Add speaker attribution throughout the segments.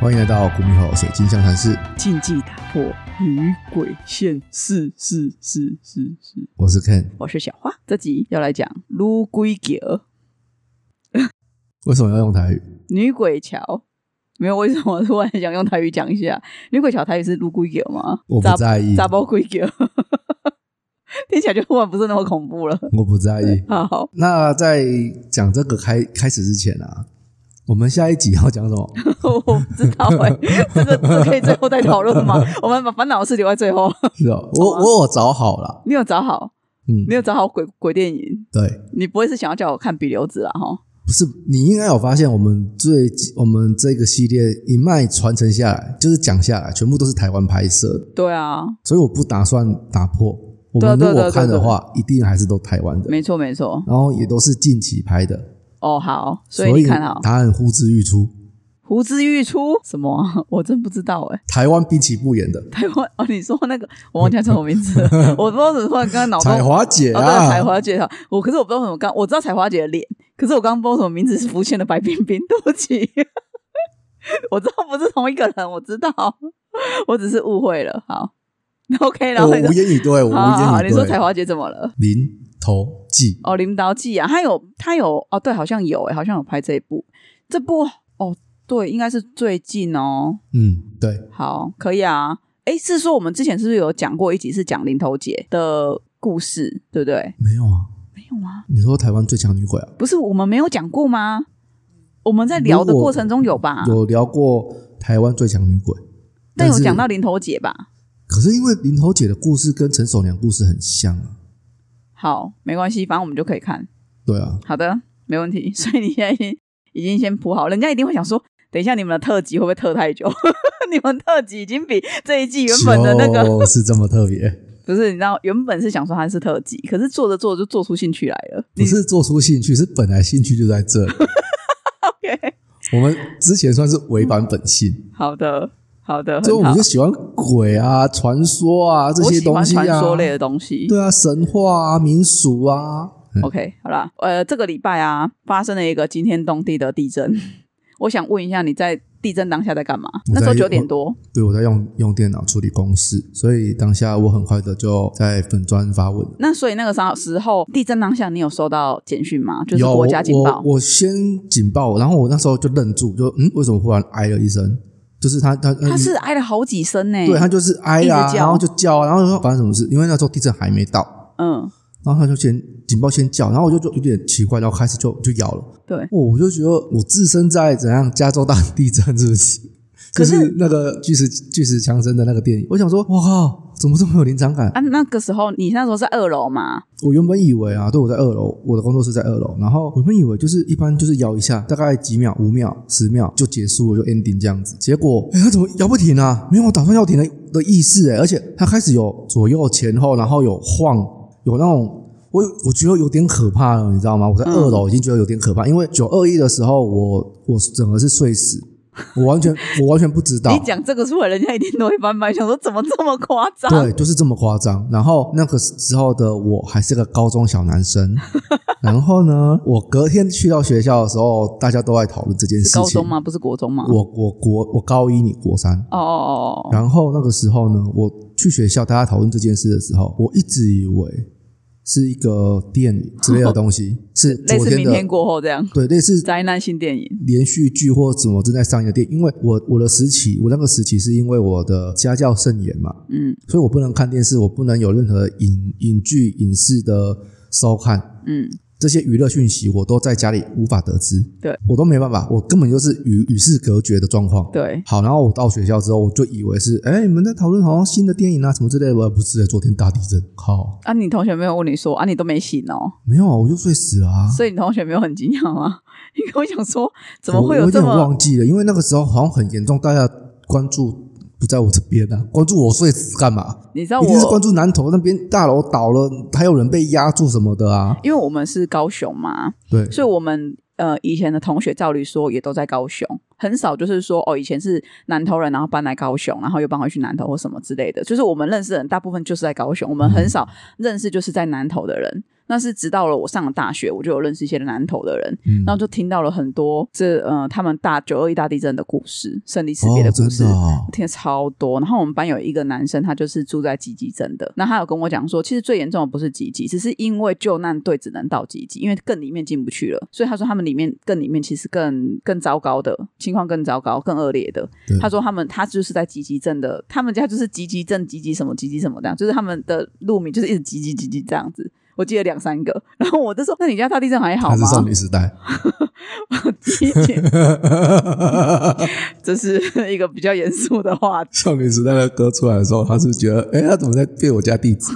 Speaker 1: 欢迎来到古米吼水晶相谈室，
Speaker 2: 禁忌打破，女鬼现世，是是是是。
Speaker 1: 我是 Ken。
Speaker 2: 我是小花，这集要来讲撸龟桥、
Speaker 1: 为什么要用台语？
Speaker 2: 女鬼桥。没有为什么突然想用台语讲一下？女鬼桥台语是撸龟桥吗？
Speaker 1: 我不在意，
Speaker 2: 杂包龟桥，听起来就突然不是那么恐怖了。
Speaker 1: 我不在意。
Speaker 2: 好，
Speaker 1: 那在讲这个开开始之前啊，我们下一集要讲什 么？
Speaker 2: 我不知道哎、这个这可以最后再讨论 吗？我们把烦恼的事留在最后。
Speaker 1: 是哦，我我我找好了，
Speaker 2: 你有找好？
Speaker 1: 嗯
Speaker 2: 啊你，有找好鬼鬼电影？
Speaker 1: 对，
Speaker 2: 你不会是想要叫我看比流子啦？哈？
Speaker 1: 不是你应该有发现，我们最我们这个系列一脉传承下来，就是讲下来，全部都是台湾拍摄的，
Speaker 2: 对啊，
Speaker 1: 所以我不打算打破。我
Speaker 2: 对啊
Speaker 1: 们
Speaker 2: 对啊
Speaker 1: 如
Speaker 2: 对
Speaker 1: 果
Speaker 2: 啊
Speaker 1: 看的
Speaker 2: 对啊
Speaker 1: 话，一定还是都台湾的，
Speaker 2: 没错没错。
Speaker 1: 然后也都是近期拍的，
Speaker 2: 哦，好，所
Speaker 1: 所
Speaker 2: 以
Speaker 1: 以
Speaker 2: 你看好。
Speaker 1: 答案呼之欲出。
Speaker 2: 呼之欲出什么 啊、我真不知道哎、
Speaker 1: 台湾滨崎步演的
Speaker 2: 台湾哦，你说那个我忘记叫什么名字了， 我不知道怎么突然刚刚脑中
Speaker 1: 彩华姐
Speaker 2: 哦，对，
Speaker 1: 啊，
Speaker 2: 彩华姐哈，我可是我不知道为什么刚我知道彩华姐的脸，可是我刚刚不知道什么名字是浮现的白冰 冰，对不起，我知道不是同一个人，我知道， 我只是误会了。好那，OK，然
Speaker 1: 我
Speaker 2: 后
Speaker 1: 无言以哦对，我无
Speaker 2: 好好好，
Speaker 1: 言以对。
Speaker 2: 你说彩华姐怎么了？
Speaker 1: 零头记，
Speaker 2: 哦，林导记啊，她有她有哦，对，好像有哎，好像有拍这一部，这部哦，对，应该是最近哦，
Speaker 1: 嗯，对，
Speaker 2: 好，可以啊。哎，是说我们之前是不是有讲过一集是讲林头姐的故事，对不对？
Speaker 1: 没有啊，
Speaker 2: 没有啊，
Speaker 1: 你说台湾最强女鬼啊，
Speaker 2: 不是我们没有讲过吗？我们在聊的
Speaker 1: 如果
Speaker 2: 过程中有吧？
Speaker 1: 有聊过台湾最强女鬼，
Speaker 2: 啊但有
Speaker 1: 是
Speaker 2: 讲到，林头姐吧？
Speaker 1: 可是因为林头姐的故事跟陈守娘故事很像啊，
Speaker 2: 好，没关系，反正我们就可以看。
Speaker 1: 对啊，
Speaker 2: 好的，没问题。 所以你现在已经已经先铺好，人家一定会想说，等一下你们的特辑会不会特太久？ 你们特辑已经比这一季原本的那个
Speaker 1: 就是哦这么特 别，
Speaker 2: 不是，你知道原本是想说它是特辑，可是做着做着就做出兴趣来 了。
Speaker 1: 不是做出兴趣，是本来兴趣就在这里。
Speaker 2: OK，
Speaker 1: 我们之前算是违反本性，
Speaker 2: 好的，好的，
Speaker 1: 所以我
Speaker 2: 很
Speaker 1: 们
Speaker 2: 好
Speaker 1: 就。喜欢鬼啊、传说啊这
Speaker 2: 我
Speaker 1: 些
Speaker 2: 喜
Speaker 1: 东
Speaker 2: 欢
Speaker 1: 西啊，
Speaker 2: 传说类的东西。
Speaker 1: 对啊，神话啊、民俗啊，
Speaker 2: OK，好啦，呃，这个礼拜啊，发生了一个惊天动地的地震。 我想问一下，你在地震当下在干嘛？
Speaker 1: 我在
Speaker 2: 那时候九点多，
Speaker 1: 对，我在用用电脑处理公事，所以当下我很快的就在粉砖发文。
Speaker 2: 那所以那个时候时候地震当下，你有收到简讯吗？就是
Speaker 1: 有
Speaker 2: 国家警报
Speaker 1: 我，我我先警报，然后我那时候就愣住，就嗯，为什么忽然哀了一声？就是他他
Speaker 2: 他是挨了好几声呢、
Speaker 1: 嗯对他就是哀
Speaker 2: 一
Speaker 1: 啊，
Speaker 2: 直叫
Speaker 1: 然后就叫啊，然后就说发生什么事？因为那时候地震还没到，
Speaker 2: 嗯，
Speaker 1: 然后他就先警报先叫，然后我就就有点奇怪，然后开始就就咬了。哦
Speaker 2: 对，
Speaker 1: 我我就觉得我置身在怎样加州大地震是不是？
Speaker 2: 可
Speaker 1: 就是是那个巨石巨石强森的那个电影，我想说，我靠，怎么这么有临场感？
Speaker 2: 啊，那个时候你那时候在二楼嘛，
Speaker 1: 我原本以为啊，对我在二楼，我的工作室在二楼，然后我原本以为就是一般就是摇一下，大概几秒、五秒、十秒就结束了，就 ending 这样子。结果，哎，它怎么摇不停啊？没有我打算要停的的意思哎，而且它开始有左右前后，然后有晃，有那种。我我觉得有点可怕了，你知道吗？我在二楼已经觉得有点可怕，因为九二一的时候我，我整个是睡死，我完全我完全不知道
Speaker 2: 你。讲这个出来，人家一定都会翻白，想说怎么这么夸张？
Speaker 1: 对，就是这么夸张。然后那个时候的我还是个高中小男 生，然后呢，我隔天去到学校的时候，大家都在讨论这件事
Speaker 2: 是
Speaker 1: 情。
Speaker 2: 高中吗？不是国中吗？哦
Speaker 1: 我啊我国我高一，你国三。
Speaker 2: 哦哦哦，
Speaker 1: 然后那个时候呢，我去学校大家讨论这件事的时候，我一直以为是一个电影之类的东 西，是
Speaker 2: 类
Speaker 1: 昨
Speaker 2: 似
Speaker 1: 天
Speaker 2: 明
Speaker 1: 的
Speaker 2: 天过后这样，
Speaker 1: 对类似
Speaker 2: 灾难性电影。
Speaker 1: 连续剧或什么正在上映的电影。因为我我的时期，我那个时期是因为我的家教甚严嘛，
Speaker 2: 嗯
Speaker 1: 所以我不能看电视，我不能有任何影影剧、影视的收看，
Speaker 2: 嗯，
Speaker 1: 这些娱乐讯息我都在家里无法得知，
Speaker 2: 对
Speaker 1: 我都没办法，我根本就是与与世隔绝的状况。
Speaker 2: 对，
Speaker 1: 好，然后我到学校之后，我就以为是，哎，你们在讨论好像新的电影啊什么之类的，不是，昨天大地震，靠，
Speaker 2: 啊，你同学没有问你说啊，你都没醒哦，
Speaker 1: 没有啊，我就睡死了啊。
Speaker 2: 所以你同学没有很惊讶吗？ 你跟我讲说，怎么
Speaker 1: 我
Speaker 2: 会
Speaker 1: 我
Speaker 2: 有
Speaker 1: 有
Speaker 2: 这
Speaker 1: 点
Speaker 2: 么
Speaker 1: 忘记了，因为那个时候好像很严重，大家关注不在我这边啊，关注我睡死干嘛？
Speaker 2: 你知道
Speaker 1: 一定是
Speaker 2: 我
Speaker 1: 关，注南投那边大楼倒了，还有人被压住什么的啊？
Speaker 2: 因为我们是高雄嘛，
Speaker 1: 对，
Speaker 2: 所以我们呃以前的同学照理说也都在高雄，很少就是说哦以前是南投人，然后搬来高雄，然后又搬回去南投
Speaker 1: 嗯
Speaker 2: 或什么之类的，就是我们认识的人大部分就是在高雄，我们很少认识就是在南投的人。那是直到了我上了大学，我就有认识一些南投的人，
Speaker 1: 嗯，
Speaker 2: 然后就听到了很多这呃他们大九二一大地震的故事、生离死别
Speaker 1: 哦，
Speaker 2: 故
Speaker 1: 真
Speaker 2: 事。
Speaker 1: 的哦，
Speaker 2: 听得超多，然后我们班有一个男生，他就是住在集集镇的，那他有跟我讲说，其实最严重的不是集集，只是因为救难队只能到集集，因为更里面进不去了，所以他说他们里面更里面其实更更糟糕的情况更糟糕、更恶劣的。
Speaker 1: 对
Speaker 2: 他说他们他就是在集集镇的，他们家就是集集镇集集什么集集什么这样，就是他们的路名就是一直集集集集这样子。我记得两三个，然后我就说：“那你家大地震还好
Speaker 1: 她
Speaker 2: 吗？”
Speaker 1: 是少 女时代，
Speaker 2: 集集这是一个比较严肃的话题。
Speaker 1: 少女时代的歌出来的时候，她是觉得，哎，她怎么在变我家地 址？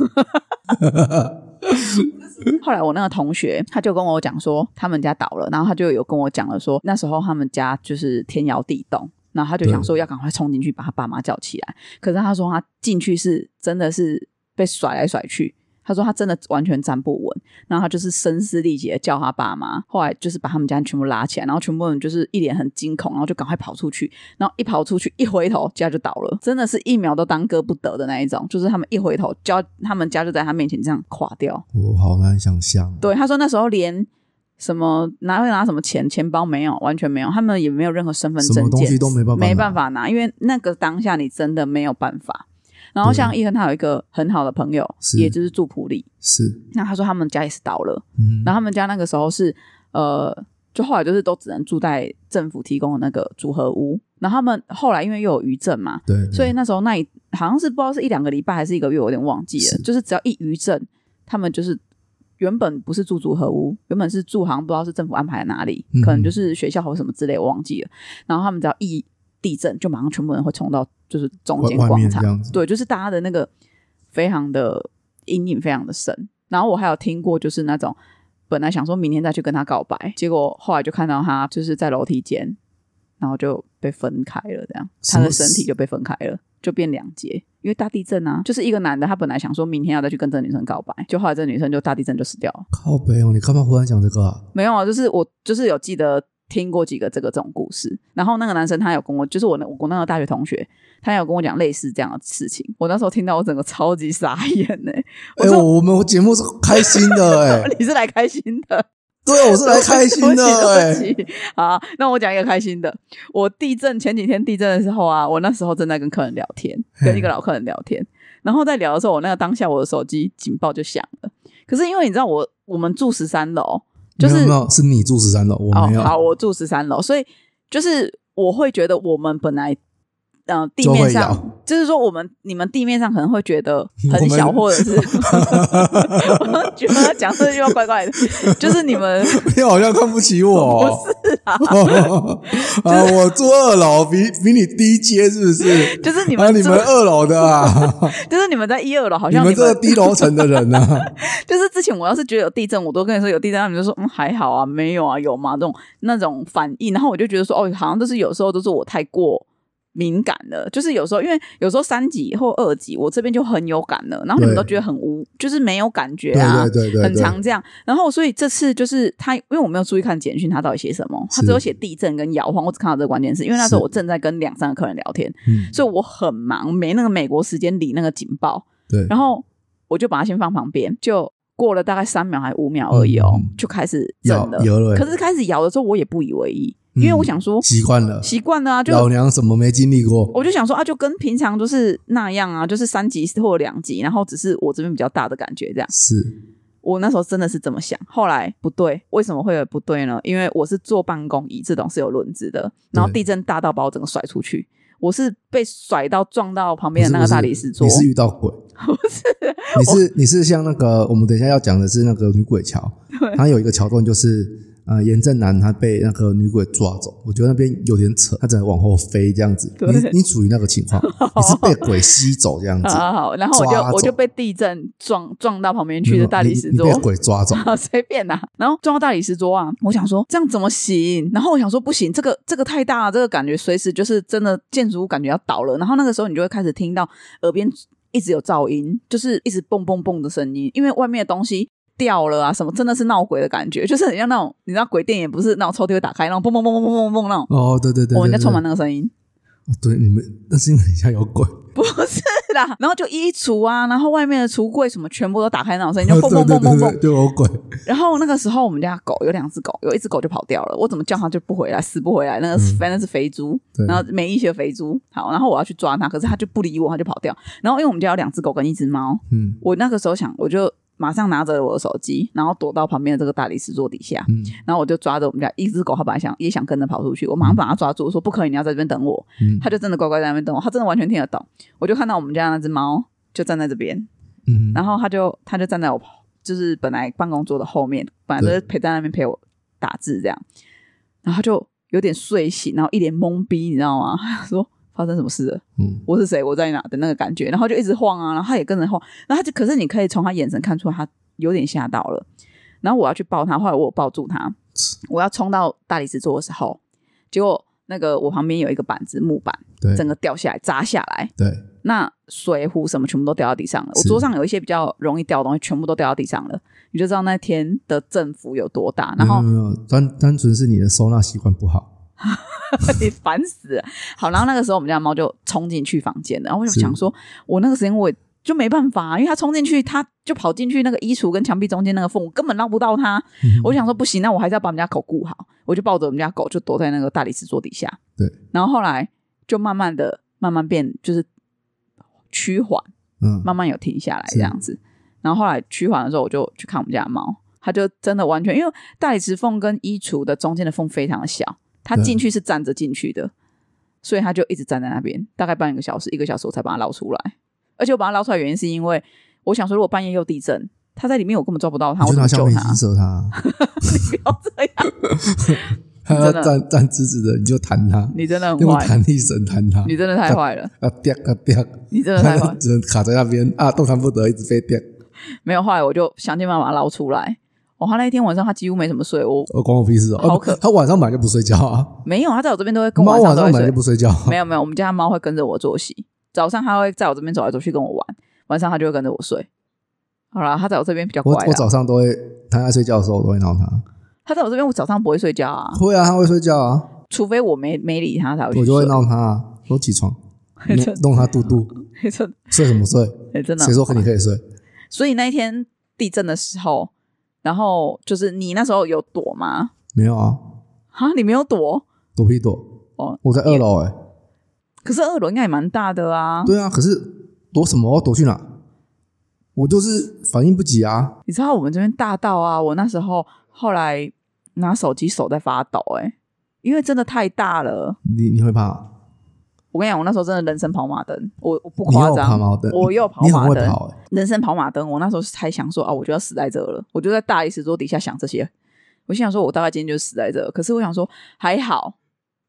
Speaker 2: 后来我那个同学他就跟我讲说，他们家倒了，然后他就有跟我讲了说，那时候他们家就是天摇地动。然后他就想说要赶快冲进去把他爸妈叫起来，可是他说他进去是真的是被甩来甩去，他说他真的完全站不稳，然后他就是声嘶力竭地叫他爸妈，后来就是把他们家人全部拉起来，然后全部人就是一脸很惊恐，然后就赶快跑出去，然后一跑出去一回头家就倒了，真的是一秒都耽搁不得的那一种，就是他们一回头家他们家就在他面前这样垮掉，
Speaker 1: 我好难想象，啊
Speaker 2: 对，他说那时候连什么拿会拿什么钱，钱包没有，完全没有，他们也没有任何身份证件，
Speaker 1: 什么东西都没办法拿
Speaker 2: 没办法拿，因为那个当下你真的没有办法。然后像伊恒，他有一个很好的朋友，
Speaker 1: 啊是
Speaker 2: 也就是住普里，
Speaker 1: 是，
Speaker 2: 那他说他们家也是倒了，
Speaker 1: 嗯，
Speaker 2: 然后他们家那个时候是呃，就后来就是都只能住在政府提供的那个组合屋，然后他们后来因为又有余震嘛，
Speaker 1: 对，
Speaker 2: 所以那时候那一好像是不知道是一两个礼拜还是一个月，我有点忘记了。
Speaker 1: 是
Speaker 2: 就是只要一余震，他们就是原本不是住组合屋，原本是住好像不知道是政府安排在哪里，
Speaker 1: 嗯
Speaker 2: 可能就是学校或什么之类，我忘记了。然后他们只要一地震，就马上全部人会冲到就是中
Speaker 1: 外
Speaker 2: 间
Speaker 1: 外
Speaker 2: 广
Speaker 1: 面这
Speaker 2: 场，
Speaker 1: 样子，
Speaker 2: 对，就是大家的那个非常的阴影非常的深。然后我还有听过就是那种。本来想说明天再去跟他告白，结果后来就看到他就是在楼梯间，然后就被分开了，这样
Speaker 1: 什
Speaker 2: 他
Speaker 1: 么
Speaker 2: 的身体就被分开了，就变两截。因为大地震啊，就是一个男的，他本来想说明天要再去跟这个女生告白，就后来这个女生就大地震就死掉了。
Speaker 1: 靠北哦，你干嘛忽然讲这个啊？
Speaker 2: 没有啊，就是我就是有记得听过几个这个这种故事。然后那个男生他有跟我，就是我那我那个大学同学，他有跟我讲类似这样的事情。我那时候听到我整个超级傻眼呢、我
Speaker 1: 哎、
Speaker 2: 说、
Speaker 1: 我们节目是开心的哎、
Speaker 2: 你是来开心的，
Speaker 1: 对，我是来开心的哎、
Speaker 2: 对不起，好，那我讲一个开心的。我地震前几天地震的时候啊，我那时候正在跟客人聊天，
Speaker 1: 嘿
Speaker 2: 跟一个老客人聊天，然后在聊的时候，我那个当下我的手机警报就响了。可是因为你知道我我们住十三楼，就是
Speaker 1: 没有没有，是你住十三楼，我没有。
Speaker 2: 哦， 好，我住十三楼，所以就是我会觉得我们本来。嗯、地
Speaker 1: 就会
Speaker 2: 面上
Speaker 1: 摇
Speaker 2: 就是说，我们你们地面上可能会觉得
Speaker 1: 我
Speaker 2: 很
Speaker 1: 们
Speaker 2: 小，或者 是我觉得讲这句话怪怪的，就是你们
Speaker 1: 你好像看不起我。不是啊， 啊，我住二楼，比比你低阶是不是？
Speaker 2: 就是你
Speaker 1: 啊，
Speaker 2: 们
Speaker 1: 你
Speaker 2: 住
Speaker 1: 们二楼的啊，
Speaker 2: 就是你们在一二 楼，好
Speaker 1: 你
Speaker 2: 像
Speaker 1: 们
Speaker 2: 们
Speaker 1: 这低楼层的人啊，
Speaker 2: 就是之前我要是觉得有地震，我都跟你说有地震，他们就说嗯还好啊，没有啊，有吗？这种那种反应，然后我就觉得说哦，好像都是有时候都是我太过敏感了，就是有时候因为有时候三级或二级，我这边就很有感了，然后你们
Speaker 1: 对
Speaker 2: 都觉得很无，就是没有感觉
Speaker 1: 对
Speaker 2: 啊，
Speaker 1: 对对对对，
Speaker 2: 很常这样。然后所以这次就是他，因为我没有注意看简讯，他到底写什么，他只有
Speaker 1: 是
Speaker 2: 写地震跟摇晃，我只看到这个关键字，因为那时候
Speaker 1: 是
Speaker 2: 我正在跟两三个客人聊天，
Speaker 1: 嗯，
Speaker 2: 所以我很忙，没那个美国时间理那个警报。
Speaker 1: 对，
Speaker 2: 然后我就把它先放旁边，就过了大概三秒还五秒而已哦，
Speaker 1: 嗯
Speaker 2: 就开始震
Speaker 1: 摇
Speaker 2: 了。
Speaker 1: 摇了欸、
Speaker 2: 可是开始摇的时候，我也不以为意，
Speaker 1: 嗯
Speaker 2: 因为我想说
Speaker 1: 习惯了，
Speaker 2: 习惯了啊，就
Speaker 1: 老娘什么没经历过？
Speaker 2: 我就想说啊，就跟平常就是那样啊，就是三级或两级，然后只是我这边比较大的感觉这样。
Speaker 1: 是
Speaker 2: 我那时候真的是这么想，后来不对，为什么会有不对呢？因为我是坐办公椅，这种是有轮子的，然后
Speaker 1: 对
Speaker 2: 地震大到把我整个甩出去。我是被甩到撞到旁
Speaker 1: 不
Speaker 2: 边
Speaker 1: 是
Speaker 2: 的那个
Speaker 1: 不是
Speaker 2: 大理石桌，
Speaker 1: 你是遇到 鬼？不是，你是你是像那个我们等一下要讲的是那个女鬼桥，它有一个桥段就是。呃，严正南他被那个女鬼抓走，我觉得那边有点扯，他只能往后飞这样子。
Speaker 2: 对
Speaker 1: 你你处于那个情 况，你是被鬼吸走这样子，
Speaker 2: 好啊好好，然后我就
Speaker 1: 抓走
Speaker 2: 我就被地震撞撞到旁边去
Speaker 1: 没有
Speaker 2: 的大理石
Speaker 1: 你
Speaker 2: 桌
Speaker 1: 你，被鬼抓走，
Speaker 2: 好随便啦、然后撞到大理石桌啊，我想说这样怎么行？然后我想说不行，这个这个太大了，这个感觉随时就是真的建筑物感觉要倒了。然后那个时候你就会开始听到耳边一直有噪音，就是一直蹦蹦蹦的声音，因为外面的东西。掉了啊，什么真的是闹鬼的感觉，就是很像那种，你知道鬼店也不是那种抽屉会打开，那种蹦蹦蹦蹦蹦蹦蹦那种，
Speaker 1: 哦，对对对，
Speaker 2: 我们在
Speaker 1: 对
Speaker 2: 充满那个声音，
Speaker 1: 对对你们，那是因为你家有鬼，
Speaker 2: 不是啦，然后就衣橱啊，然后外面的橱柜什么全部都打开那种声音，就
Speaker 1: 对
Speaker 2: 砰砰
Speaker 1: 对
Speaker 2: 砰
Speaker 1: 对对
Speaker 2: 砰砰。
Speaker 1: 对，对我鬼，
Speaker 2: 然后那个时候我们家狗有两只狗，有一只狗就跑掉了，我怎么叫它就不回来，死不回来。那个是
Speaker 1: 嗯
Speaker 2: 反正是肥猪，
Speaker 1: 对
Speaker 2: 然后没医学肥猪。好，然后我要去抓它，可是它就不理我，它就跑掉。然后因为我们家有两只狗跟一只猫，
Speaker 1: 嗯
Speaker 2: 我那个时候想，我就马上拿着我的手机，然后躲到旁边的这个大理石座底下。
Speaker 1: 嗯
Speaker 2: 然后我就抓着我们家一只狗，它本来想也想跟着跑出去，我马上把它抓住，我说不可以，你要在这边等我。
Speaker 1: 嗯
Speaker 2: 它就真的乖乖在那边等我，它真的完全听得懂。我就看到我们家那只猫就站在这边，
Speaker 1: 嗯，
Speaker 2: 然
Speaker 1: 后
Speaker 2: 后它就它就站在我就是本来办公桌的后面，本来都是陪在那边陪我打字这样，然后它就有点睡醒，然后一脸懵逼，你知道吗？ 它说发生什么事了？
Speaker 1: 嗯
Speaker 2: 我是谁？我在哪的那个感觉，然后就一直晃啊，然后它也跟着晃，然后它就可是你可以从它眼神看出它有点吓到了，然后我要去抱它，后来我有抱住它，我要冲到大理石座的时候，结果那个我旁边有一个板子木板。
Speaker 1: 对
Speaker 2: 整个掉下来砸下来，
Speaker 1: 对
Speaker 2: 那水壶什么全部都掉到地上了。我
Speaker 1: 是
Speaker 2: 桌上有一些比较容易掉的东西，全部都掉到地上了，你就知道那天的振幅有多大。然后
Speaker 1: 没有没有没有单单纯是你的收纳习惯不好，
Speaker 2: 你烦死了。好，然后那个时候我们家的猫就冲进去房间了，然后我就是想说，我那个时间我就没办法、啊因为它冲进去，它就跑进去那个衣橱跟墙壁中间那个缝，我根本捞不到它。
Speaker 1: 嗯
Speaker 2: 我想说不行，那我还是要把我们家狗顾好，我就抱着我们家狗就躲在那个大理石桌底下。
Speaker 1: 对，
Speaker 2: 然后后来就慢慢的、慢慢变就是趋缓。
Speaker 1: 嗯
Speaker 2: 慢慢有停下来
Speaker 1: 是
Speaker 2: 这样子。然后后来趋缓的时候，我就去看我们家的猫，它就真的完全因为大理石缝跟衣橱的中间的缝非常的小，它
Speaker 1: 对
Speaker 2: 进去是站着进去的，所以它就一直站在那边，大概半个小时，一个小时我才把它捞出来。而且我把它捞出来的原因是因为我想说，如果半夜又地震，它在里面我根本抓不到它，
Speaker 1: 你就
Speaker 2: 我怎么
Speaker 1: 拿橡
Speaker 2: 救
Speaker 1: 皮
Speaker 2: 它
Speaker 1: 筋？射它，
Speaker 2: 不要这样，
Speaker 1: 它要
Speaker 2: 真的
Speaker 1: 站站直直的，你就弹它，
Speaker 2: 你真的很
Speaker 1: 用
Speaker 2: 坏，
Speaker 1: 弹力绳弹它，
Speaker 2: 你真的太坏了，
Speaker 1: 啊掉啊掉，
Speaker 2: 你真的太坏
Speaker 1: 它。 只能卡在那边啊，动弹不得，一直被掉。
Speaker 2: 没有，后来我就想尽办法捞出来。哦，它那一天晚上它几乎没怎么睡，我
Speaker 1: 我管我屁事哦！
Speaker 2: 好可
Speaker 1: 他晚上本来就不睡觉啊，
Speaker 2: 没有，它在我这边都会跟我
Speaker 1: 猫晚
Speaker 2: 都
Speaker 1: 上
Speaker 2: 会
Speaker 1: 本来
Speaker 2: 睡
Speaker 1: 就。不睡觉啊，
Speaker 2: 没有没有，我们家猫会跟着我作息，早上它会在我这边走来走去跟我玩，晚上它就会跟着我睡。好啦，它在我这边比较
Speaker 1: 我
Speaker 2: 乖
Speaker 1: 我
Speaker 2: 啦。
Speaker 1: 早上都会，他在睡觉的时候我都会闹
Speaker 2: 啊
Speaker 1: 他。
Speaker 2: 它在我这边，我早上不会睡 觉啊，
Speaker 1: 会啊，他会睡觉啊，
Speaker 2: 除非我没没理它才会去
Speaker 1: 我
Speaker 2: 睡。
Speaker 1: 就会闹他啊，我起床
Speaker 2: 真
Speaker 1: 弄弄他肚肚，
Speaker 2: 真的
Speaker 1: 睡什么睡？
Speaker 2: 哎真的。
Speaker 1: 谁说和你可以睡？
Speaker 2: 所以那一天地震的时候，然后就是你那时候有躲吗？
Speaker 1: 没有啊，
Speaker 2: 啊，你没有躲
Speaker 1: 躲屁躲！
Speaker 2: 哦，
Speaker 1: 我在二楼哎、
Speaker 2: 可是二楼应该也蛮大的啊。
Speaker 1: 对啊，可是躲什么？我躲去哪？我就是反应不及啊，
Speaker 2: 你知道我们这边大到啊，我那时候后来拿手机手在发抖、欸，因为真的太大了。
Speaker 1: 你你会怕啊？
Speaker 2: 我跟你讲，我那时候真的人生跑马灯，我我不
Speaker 1: 你
Speaker 2: 夸
Speaker 1: 又跑
Speaker 2: 张，
Speaker 1: 毛灯，
Speaker 2: 我又跑
Speaker 1: 你很
Speaker 2: 马
Speaker 1: 会
Speaker 2: 灯，
Speaker 1: 跑哎、
Speaker 2: 人生跑马灯。我那时候才想说啊，我就要死在这了，我就在大理石桌底下想这些。我心想说，我大概今天就死在这了。可是我想说，还好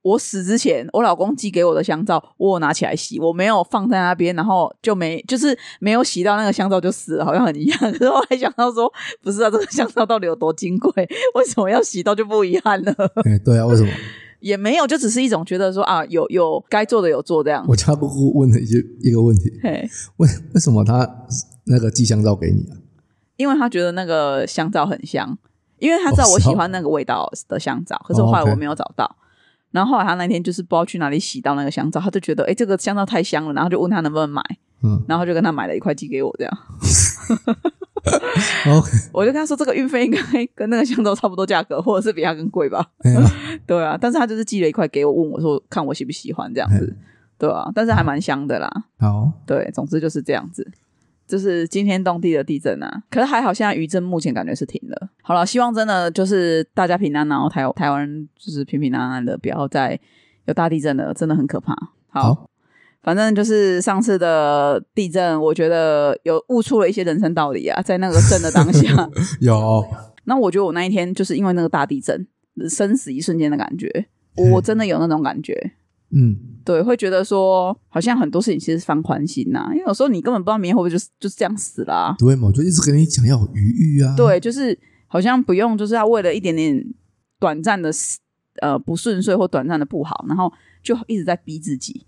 Speaker 2: 我死之前，我老公寄给我的香皂，我有拿起来洗，我没有放在那边，然后就没就是没有洗到那个香皂就死了，好像很遗憾。可是后来想到说，不是啊，这个香皂到底有多金贵？ 为什么要洗到就不遗憾了？
Speaker 1: 哎、对啊，为什 么？
Speaker 2: 也没有，就只是一种觉得说啊，有有该做的有做这样。
Speaker 1: 我家姑姑问了一句一个问题，
Speaker 2: 嘿。
Speaker 1: 为为什么他那个寄香皂给你啊？
Speaker 2: 因为他觉得那个香皂很香，因为他知道我喜欢那个味道的香皂，可是我后来我没有找到。然后后来他那天就是不知道去哪里洗到那个香皂，他就觉得哎、诶这个香皂太香了，然后就问他能不能买，
Speaker 1: 嗯
Speaker 2: 然后就跟他买了一块寄给我，这样
Speaker 1: 啊 ，OK，
Speaker 2: 我就跟他说这个运费应该 跟那个香皂差不多价格，或者是比它更贵吧？
Speaker 1: 哎呀，
Speaker 2: 对啊，但是他就是寄了一块给我，问我说看我喜不喜欢这样子，对啊，但是还蛮香的啦。
Speaker 1: 哎好，哦
Speaker 2: 对，总之就是这样子，就是惊天动地的地震啊！可是还好，现在余震目前感觉是停了。好了，希望真的就是大家平安，然后台台湾就是平平安安的，不要再有大地震了，真的很可怕。好，
Speaker 1: 好
Speaker 2: 反正就是上次的地震，我觉得有悟出了一些人生道理啊，在那个震的当 下。
Speaker 1: 有，
Speaker 2: 那我觉得我那一天就是因为那个大地震，生死一瞬间的感觉，
Speaker 1: 嗯
Speaker 2: 我真的有那种感觉。
Speaker 1: 嗯，
Speaker 2: 对，会觉得说好像很多事情其实是放宽心呐、因为有时候你根本不知道明天会不会就是就是这样死啦、
Speaker 1: 对嘛，我就一直跟你讲要有余裕啊，，
Speaker 2: 对，就是好像不用就是要为了一点点短暂的呃不顺遂或短暂的不好，然后就一直在逼自己。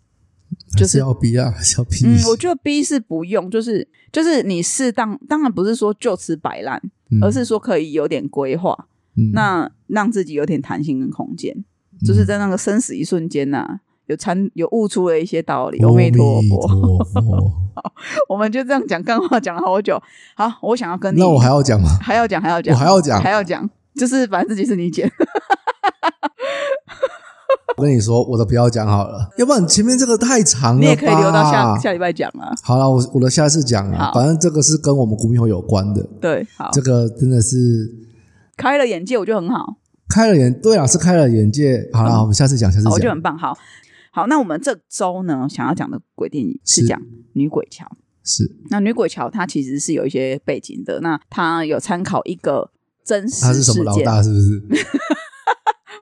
Speaker 2: 就
Speaker 1: 就是是要逼啊，还 是要逼
Speaker 2: 嗯
Speaker 1: 一下，，
Speaker 2: 我觉得逼是不用，就是就是你适当，当然不是说就此摆烂，
Speaker 1: 嗯
Speaker 2: 而是说可以有点规划，
Speaker 1: 嗯
Speaker 2: 那让自己有点弹性跟空间，就是在那个生死一瞬间呐、有参有悟出了一些道
Speaker 1: 嗯
Speaker 2: 理。阿弥陀佛，
Speaker 1: 陀 佛
Speaker 2: 我们就这样讲干话，讲了好久。好，我想要跟你，
Speaker 1: 那我还要讲吗？
Speaker 2: 还要讲，还要
Speaker 1: 我
Speaker 2: 讲，
Speaker 1: 还要讲
Speaker 2: 还。要讲，就是反正自己是你姐，
Speaker 1: 我跟你说，我的不要讲好了，要不然前面这个太长了。
Speaker 2: 你也可以留到下下。礼拜讲啊。
Speaker 1: 好了，我我的下次讲啊
Speaker 2: 好，
Speaker 1: 反正这个是跟我们股民友有关的，
Speaker 2: 对，好，
Speaker 1: 这个真的是
Speaker 2: 开了眼界，我觉得很好。
Speaker 1: 开了眼，对啊，是开了眼界。好了，
Speaker 2: 嗯
Speaker 1: 我们下次讲，下次
Speaker 2: 好，我觉得
Speaker 1: 讲
Speaker 2: 很棒。好，好，那我们这周呢，想要讲的鬼电影是
Speaker 1: 是
Speaker 2: 讲女鬼桥。
Speaker 1: 是，
Speaker 2: 那女鬼桥它其实是有一些背景的，那它有参考一个真实
Speaker 1: 他是什
Speaker 2: 事
Speaker 1: 么老
Speaker 2: 件，
Speaker 1: 大是不 是？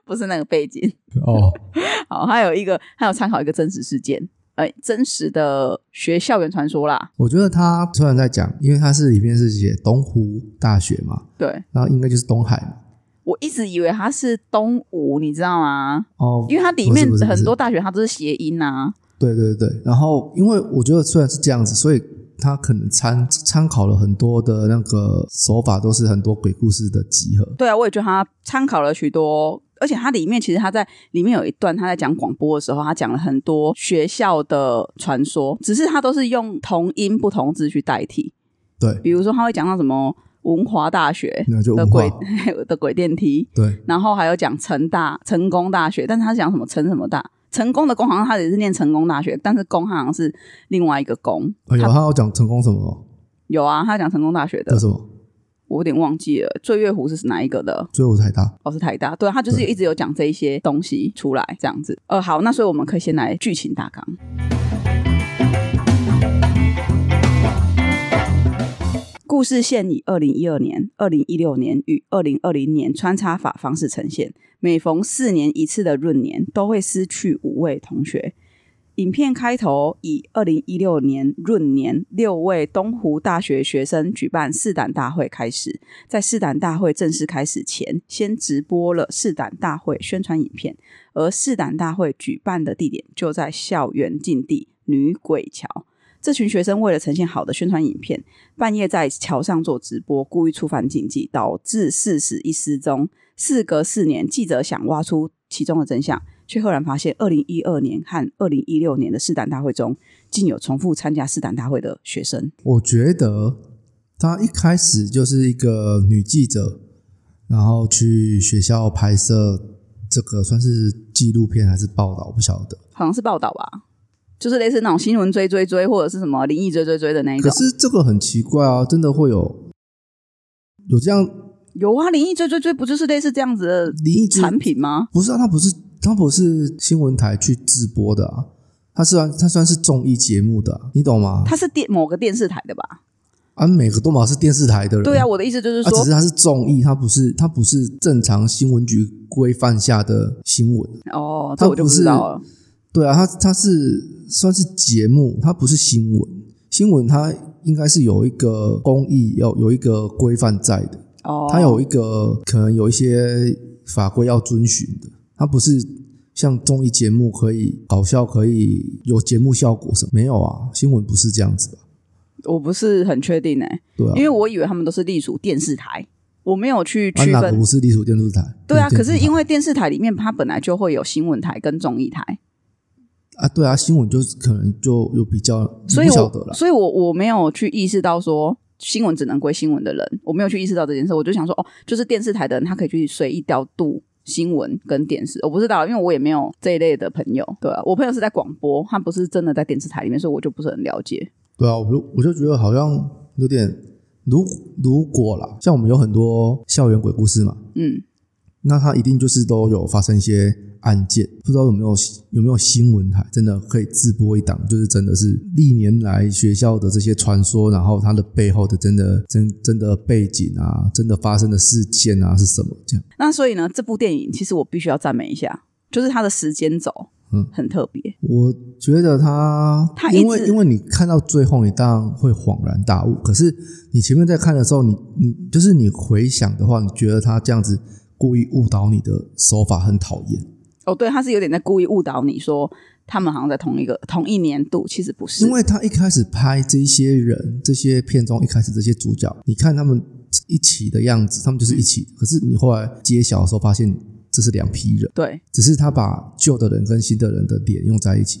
Speaker 2: 不是那个背景。
Speaker 1: 哦，
Speaker 2: 好，它有一个，它有参考一个真实事件，呃，真实的学校园传说啦。
Speaker 1: 我觉得他虽然在讲，因为他是里面是写东湖大学嘛，
Speaker 2: 对
Speaker 1: 然后应该就是东海嘛。
Speaker 2: 我一直以为它是东吴，你知道吗？
Speaker 1: 哦，
Speaker 2: 因为它里面
Speaker 1: 不是不是不是
Speaker 2: 很多大学它都是谐音啊。
Speaker 1: 对对对，然后因为我觉得虽然是这样子，所以他可能参参考了很多的那个手法，都是很多鬼故事的集合。
Speaker 2: 对啊，我也觉得它参考了许多，而且它里面其实它在里面有一段他在讲广播的时候，他讲了很多学校的传说，只是他都是用同音不同字去代替。
Speaker 1: 对，
Speaker 2: 比如说他会讲到什么文华大学
Speaker 1: 那就
Speaker 2: 的
Speaker 1: 文
Speaker 2: 鬼
Speaker 1: 化。
Speaker 2: 的鬼电梯，
Speaker 1: 对，
Speaker 2: 然后还有讲成大、成功大学，但是他是讲什么成什么大。成功的功好像他也是念成功大学，但是功好像是另外一个功。
Speaker 1: 哎呦，
Speaker 2: 他
Speaker 1: 他要讲成功什么
Speaker 2: 有啊，他讲成功大学的
Speaker 1: 叫，什么？
Speaker 2: 我有点忘记了。醉月湖是哪一个的？
Speaker 1: 最后才大。
Speaker 2: 哦，是台大，对啊，他就是
Speaker 1: 对
Speaker 2: 一直有讲这一些东西出来，这样子。呃，好，那所以我们可以先来剧情大纲。故事线以二零一二年、二零一六年与二零二零年穿插法方式呈现，每逢四年一次的闰年都会失去五位同学。影片开头以二零一六年闰年六位东湖大学学生举办试胆大会开始，在试胆大会正式开始前，先直播了试胆大会宣传影片，而试胆大会举办的地点就在校园禁地女鬼桥。这群学生为了呈现好的宣传影片，半夜在桥上做直播，故意触犯禁忌，导致四死一失踪。事隔四年，记者想挖出其中的真相，却赫然发现，二零一二年和二零一六年的试胆大会中，竟有重复参加试胆大会的学生。
Speaker 1: 我觉得他一开始就是一个女记者，然后去学校拍摄这个算是纪录片还是报道，不晓得。
Speaker 2: 好像是报道吧，就是类似那种新闻追追追或者是什么灵异追追追的那一
Speaker 1: 可
Speaker 2: 种。
Speaker 1: 是这个很奇怪啊，真的会有有这样
Speaker 2: 有啊，灵异追追追不就是类似这样子的
Speaker 1: 灵异剧
Speaker 2: 产品吗？
Speaker 1: 不是啊，他不是他不是新闻台去直播的啊，他虽然他算是综艺节目的啊、你懂吗？
Speaker 2: 它是电某个电视台的吧？
Speaker 1: 啊，每个都嘛是电视台的人，
Speaker 2: 对啊，，我的意思就是
Speaker 1: 啊，只
Speaker 2: 说
Speaker 1: 是，他是综艺，他不是他不是正常新闻局规范下的新闻，
Speaker 2: 哦，
Speaker 1: 它
Speaker 2: 这我就
Speaker 1: 不
Speaker 2: 不
Speaker 1: 是
Speaker 2: 知道了。
Speaker 1: 对啊，他他是算是节目，他不是新闻，新闻它应该是有一个公益，要有一个规范在的，
Speaker 2: 哦，
Speaker 1: 它有一个可能有一些法规要遵循的，它不是像综艺节目可以搞笑，可以有节目效果什么没有啊？新闻不是这样子吧？
Speaker 2: 我不是很确定哎、
Speaker 1: 对啊
Speaker 2: 因，为我以为他们都是隶属电视台，我没有去
Speaker 1: 啊
Speaker 2: 区
Speaker 1: 哪个
Speaker 2: 分
Speaker 1: 不。是隶属电视台？
Speaker 2: 对啊，可是因
Speaker 1: 为
Speaker 2: 为电视台里面它本来就会有新闻台跟综艺台，
Speaker 1: 啊，对啊，新闻就是可能就有比较，
Speaker 2: 所以
Speaker 1: 你不晓得
Speaker 2: 我
Speaker 1: 啦。
Speaker 2: 所以我我没有去意识到说新闻只能归新闻的人，我没有去意识到这件事，我就想说哦，就是电视台的人他可以去随意调度。新闻跟电视，我不知道，因为我也没有这一类的朋友。对、啊，我朋友是在广播，他不是真的在电视台里面，所以我就不是很了解。
Speaker 1: 对啊，我就我就觉得好像有点，如如果啦，像我们有很多校园鬼故事嘛，
Speaker 2: 嗯，
Speaker 1: 那它一定就是都有发生一些案件，不知道有没有有没有新闻台真的可以自播一档，就是真的是历年来学校的这些传说，然后它的背后的真的真真的背景啊，真的发生的事件啊是什么这样？
Speaker 2: 那所以呢，这部电影其实我必须要赞美一下，就是它的时间轴，
Speaker 1: 嗯，
Speaker 2: 很特别。
Speaker 1: 我觉得它，
Speaker 2: 它一
Speaker 1: 因为
Speaker 2: 直
Speaker 1: 因为你看到最后，你当然会恍然大悟，可是你前面在看的时候，你你就是你回想的话，你觉得他这样子故意误导你的手法很讨厌。
Speaker 2: 哦，对，他是有点在故意误导你说他们好像在同一个同一年度，其实不是。
Speaker 1: 因为他一开始拍这些人，这些片中一开始这些主角，你看他们一起的样子，他们就是一起的。可是你后来揭晓的时候，发现这是两批人，
Speaker 2: 对，
Speaker 1: 只是他把旧的人跟新的人的脸用在一起。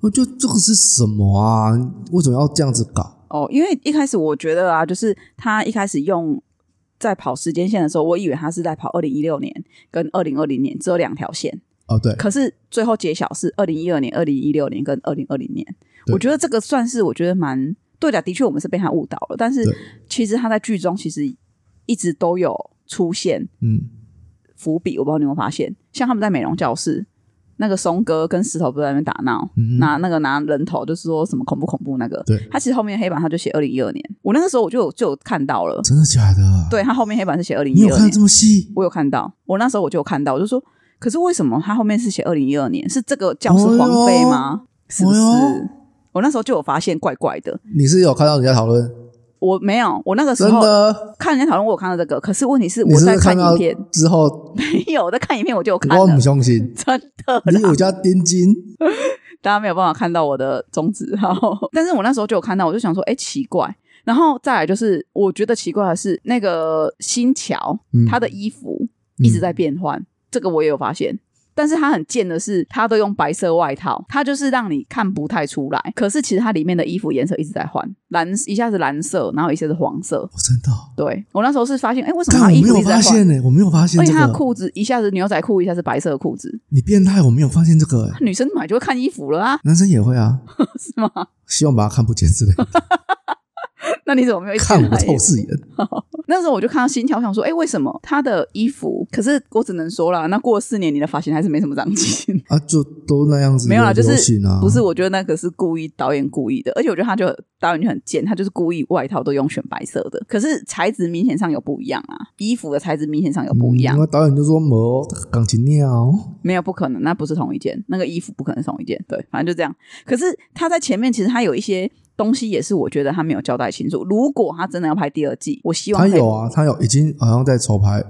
Speaker 1: 我就这个是什么啊？为什么要这样子搞？
Speaker 2: 哦，因为一开始我觉得啊，就是他一开始用在跑时间线的时候，我以为他是在跑二零一六年跟二零二零年只有两条线，
Speaker 1: 哦，对，
Speaker 2: 可是最后揭晓是二零一二年、二零一六年跟二零二零年。
Speaker 1: 对
Speaker 2: 我觉得这个算是我觉得蛮对的，的确我们是被他误导了。但是
Speaker 1: 对
Speaker 2: 其实他在剧中其实一直都有出现
Speaker 1: 嗯，
Speaker 2: 伏笔，我不知道你有没有发现，像他们在美容教室。那个松哥跟石头不是在那边打闹，
Speaker 1: 嗯
Speaker 2: 拿那个拿人头，就是说什么恐怖恐怖那个。
Speaker 1: 对，
Speaker 2: 他其实后面黑板他就写二零一二年，我那个时候我就有就有看到了，
Speaker 1: 真的假的？，
Speaker 2: 对他后面黑板是写二零
Speaker 1: 你
Speaker 2: 一
Speaker 1: 有
Speaker 2: 二
Speaker 1: 看
Speaker 2: 年
Speaker 1: 得，这么细？
Speaker 2: 我有看到，我那时候我就有看到，我就说，可是为什么他后面是写二零一二年？是这个教室荒废吗？是不是？
Speaker 1: 哎呦
Speaker 2: 我那时候就有发现怪怪的，
Speaker 1: 你是有看到人家讨论？
Speaker 2: 我没有，我那个时
Speaker 1: 真
Speaker 2: 候
Speaker 1: 的？
Speaker 2: 看人家讨论，我有看到这个，可是问题是
Speaker 1: 你
Speaker 2: 我
Speaker 1: 是不
Speaker 2: 在
Speaker 1: 是看
Speaker 2: 影
Speaker 1: 到
Speaker 2: 片，
Speaker 1: 之后，
Speaker 2: 没有我在看影片，啊我就有看
Speaker 1: 我
Speaker 2: 了
Speaker 1: 很，相 信。
Speaker 2: 真的
Speaker 1: 你
Speaker 2: 啦
Speaker 1: 有，加丁金？
Speaker 2: 大家没有办法看到我的中指， 然后，但是我那时候就有看到，我就想说，哎，奇怪。然后再来就是，我觉得奇怪的是，那个新桥、
Speaker 1: 嗯
Speaker 2: 他的衣服一直在变换，这个我也有发现。但是他很贱的是，他都用白色外套，他就是让你看不太出来。可是其实它里面的衣服颜色一直在换，蓝一下是蓝色，然后一下是黄色。
Speaker 1: 哦真的哦？
Speaker 2: 对我那时候是发现，哎、为什么
Speaker 1: 看
Speaker 2: 他
Speaker 1: 我
Speaker 2: 衣
Speaker 1: 没
Speaker 2: 服
Speaker 1: 有
Speaker 2: 一直在
Speaker 1: 发
Speaker 2: 换
Speaker 1: 现？呢，我没有发现
Speaker 2: 而
Speaker 1: 这
Speaker 2: 且他的
Speaker 1: 个。
Speaker 2: 裤子一下是牛仔裤，一下是白色的裤子。
Speaker 1: 你变态，我没有发现这个欸。
Speaker 2: 女生买就会看衣服了啊，
Speaker 1: 男生也会啊，
Speaker 2: 是吗？
Speaker 1: 希望把他看不见之 类的，
Speaker 2: 那你怎么没有一起
Speaker 1: 看
Speaker 2: 来
Speaker 1: 不透视眼。
Speaker 2: 那时候我就看到心跳，我想说，哎、为什么他的衣服？可是我只能说啦，那过了四年，你的发型还是没什么长进。
Speaker 1: 啊，就都那样子，
Speaker 2: 没有啦，就
Speaker 1: 流
Speaker 2: 是
Speaker 1: 行啊，
Speaker 2: 不是？我觉得那个是故意导演故意的，而且我觉得他就导演就很贱，他就是故意外套都用选白色的，可是材质明显上有不一样啊，衣服的材质明显上有不一样，
Speaker 1: 嗯那导演就说没钢琴啊鸟，
Speaker 2: 没有不可能，那不是同一件，那个衣服不可能是同一件，对，反正就这样。可是他在前面其实他有一些东西也是我觉得他没有交代清楚，如果他真的要拍第二季，我希望哦
Speaker 1: 他
Speaker 2: 可以
Speaker 1: 有啊，他有，已经好像在筹拍，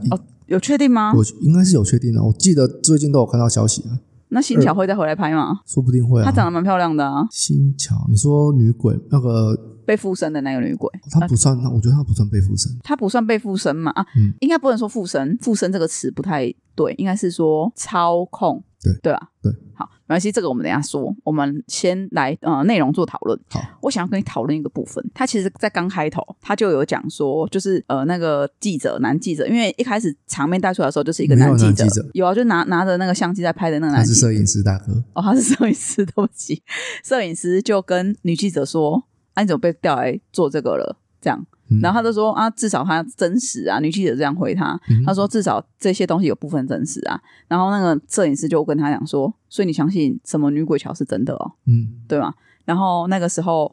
Speaker 2: 有确定吗？
Speaker 1: 我应该是有确定的。我记得最近都有看到消息啊，
Speaker 2: 那新巧会再回来拍吗？
Speaker 1: 说不定会啊。
Speaker 2: 她长得蛮漂亮的啊，
Speaker 1: 新桥，你说女鬼那个，
Speaker 2: 被附身的那个女鬼，
Speaker 1: 她哦不
Speaker 2: 呃
Speaker 1: 算，那我觉得她不算被附身，
Speaker 2: 她不算被附身嘛？啊，
Speaker 1: 嗯
Speaker 2: 应该不能说附身，附身这个词不太对，应该是说操控，
Speaker 1: 对
Speaker 2: 对吧？
Speaker 1: 对，
Speaker 2: 好，没关系，这个我们等一下说，我们先来呃内容做讨论。
Speaker 1: 好，
Speaker 2: 我想要跟你讨论一个部分，他其实，在刚开头他就有讲说，就是呃那个记者男记者，因为一开始场面带出来的时候就是一个
Speaker 1: 没有
Speaker 2: 男记
Speaker 1: 男
Speaker 2: 者，
Speaker 1: 记者
Speaker 2: 有啊，就拿拿着那个相机在拍的那个
Speaker 1: 她
Speaker 2: 男记
Speaker 1: 是
Speaker 2: 者，
Speaker 1: 摄影师大哥，
Speaker 2: 哦，他是摄影师， 对不起，摄影师就跟女记者说：“啊，你怎么被调来做这个了？”这样，
Speaker 1: 嗯
Speaker 2: 然后他就说：“啊，至少他真实啊。”女记者这样回他，
Speaker 1: 嗯
Speaker 2: 他说：“至少这些东西有部分真实啊。”然后那个摄影师就跟他讲说：“所以你相信什么女鬼桥是真的哦，
Speaker 1: 嗯，
Speaker 2: 对吗？”然后那个时候，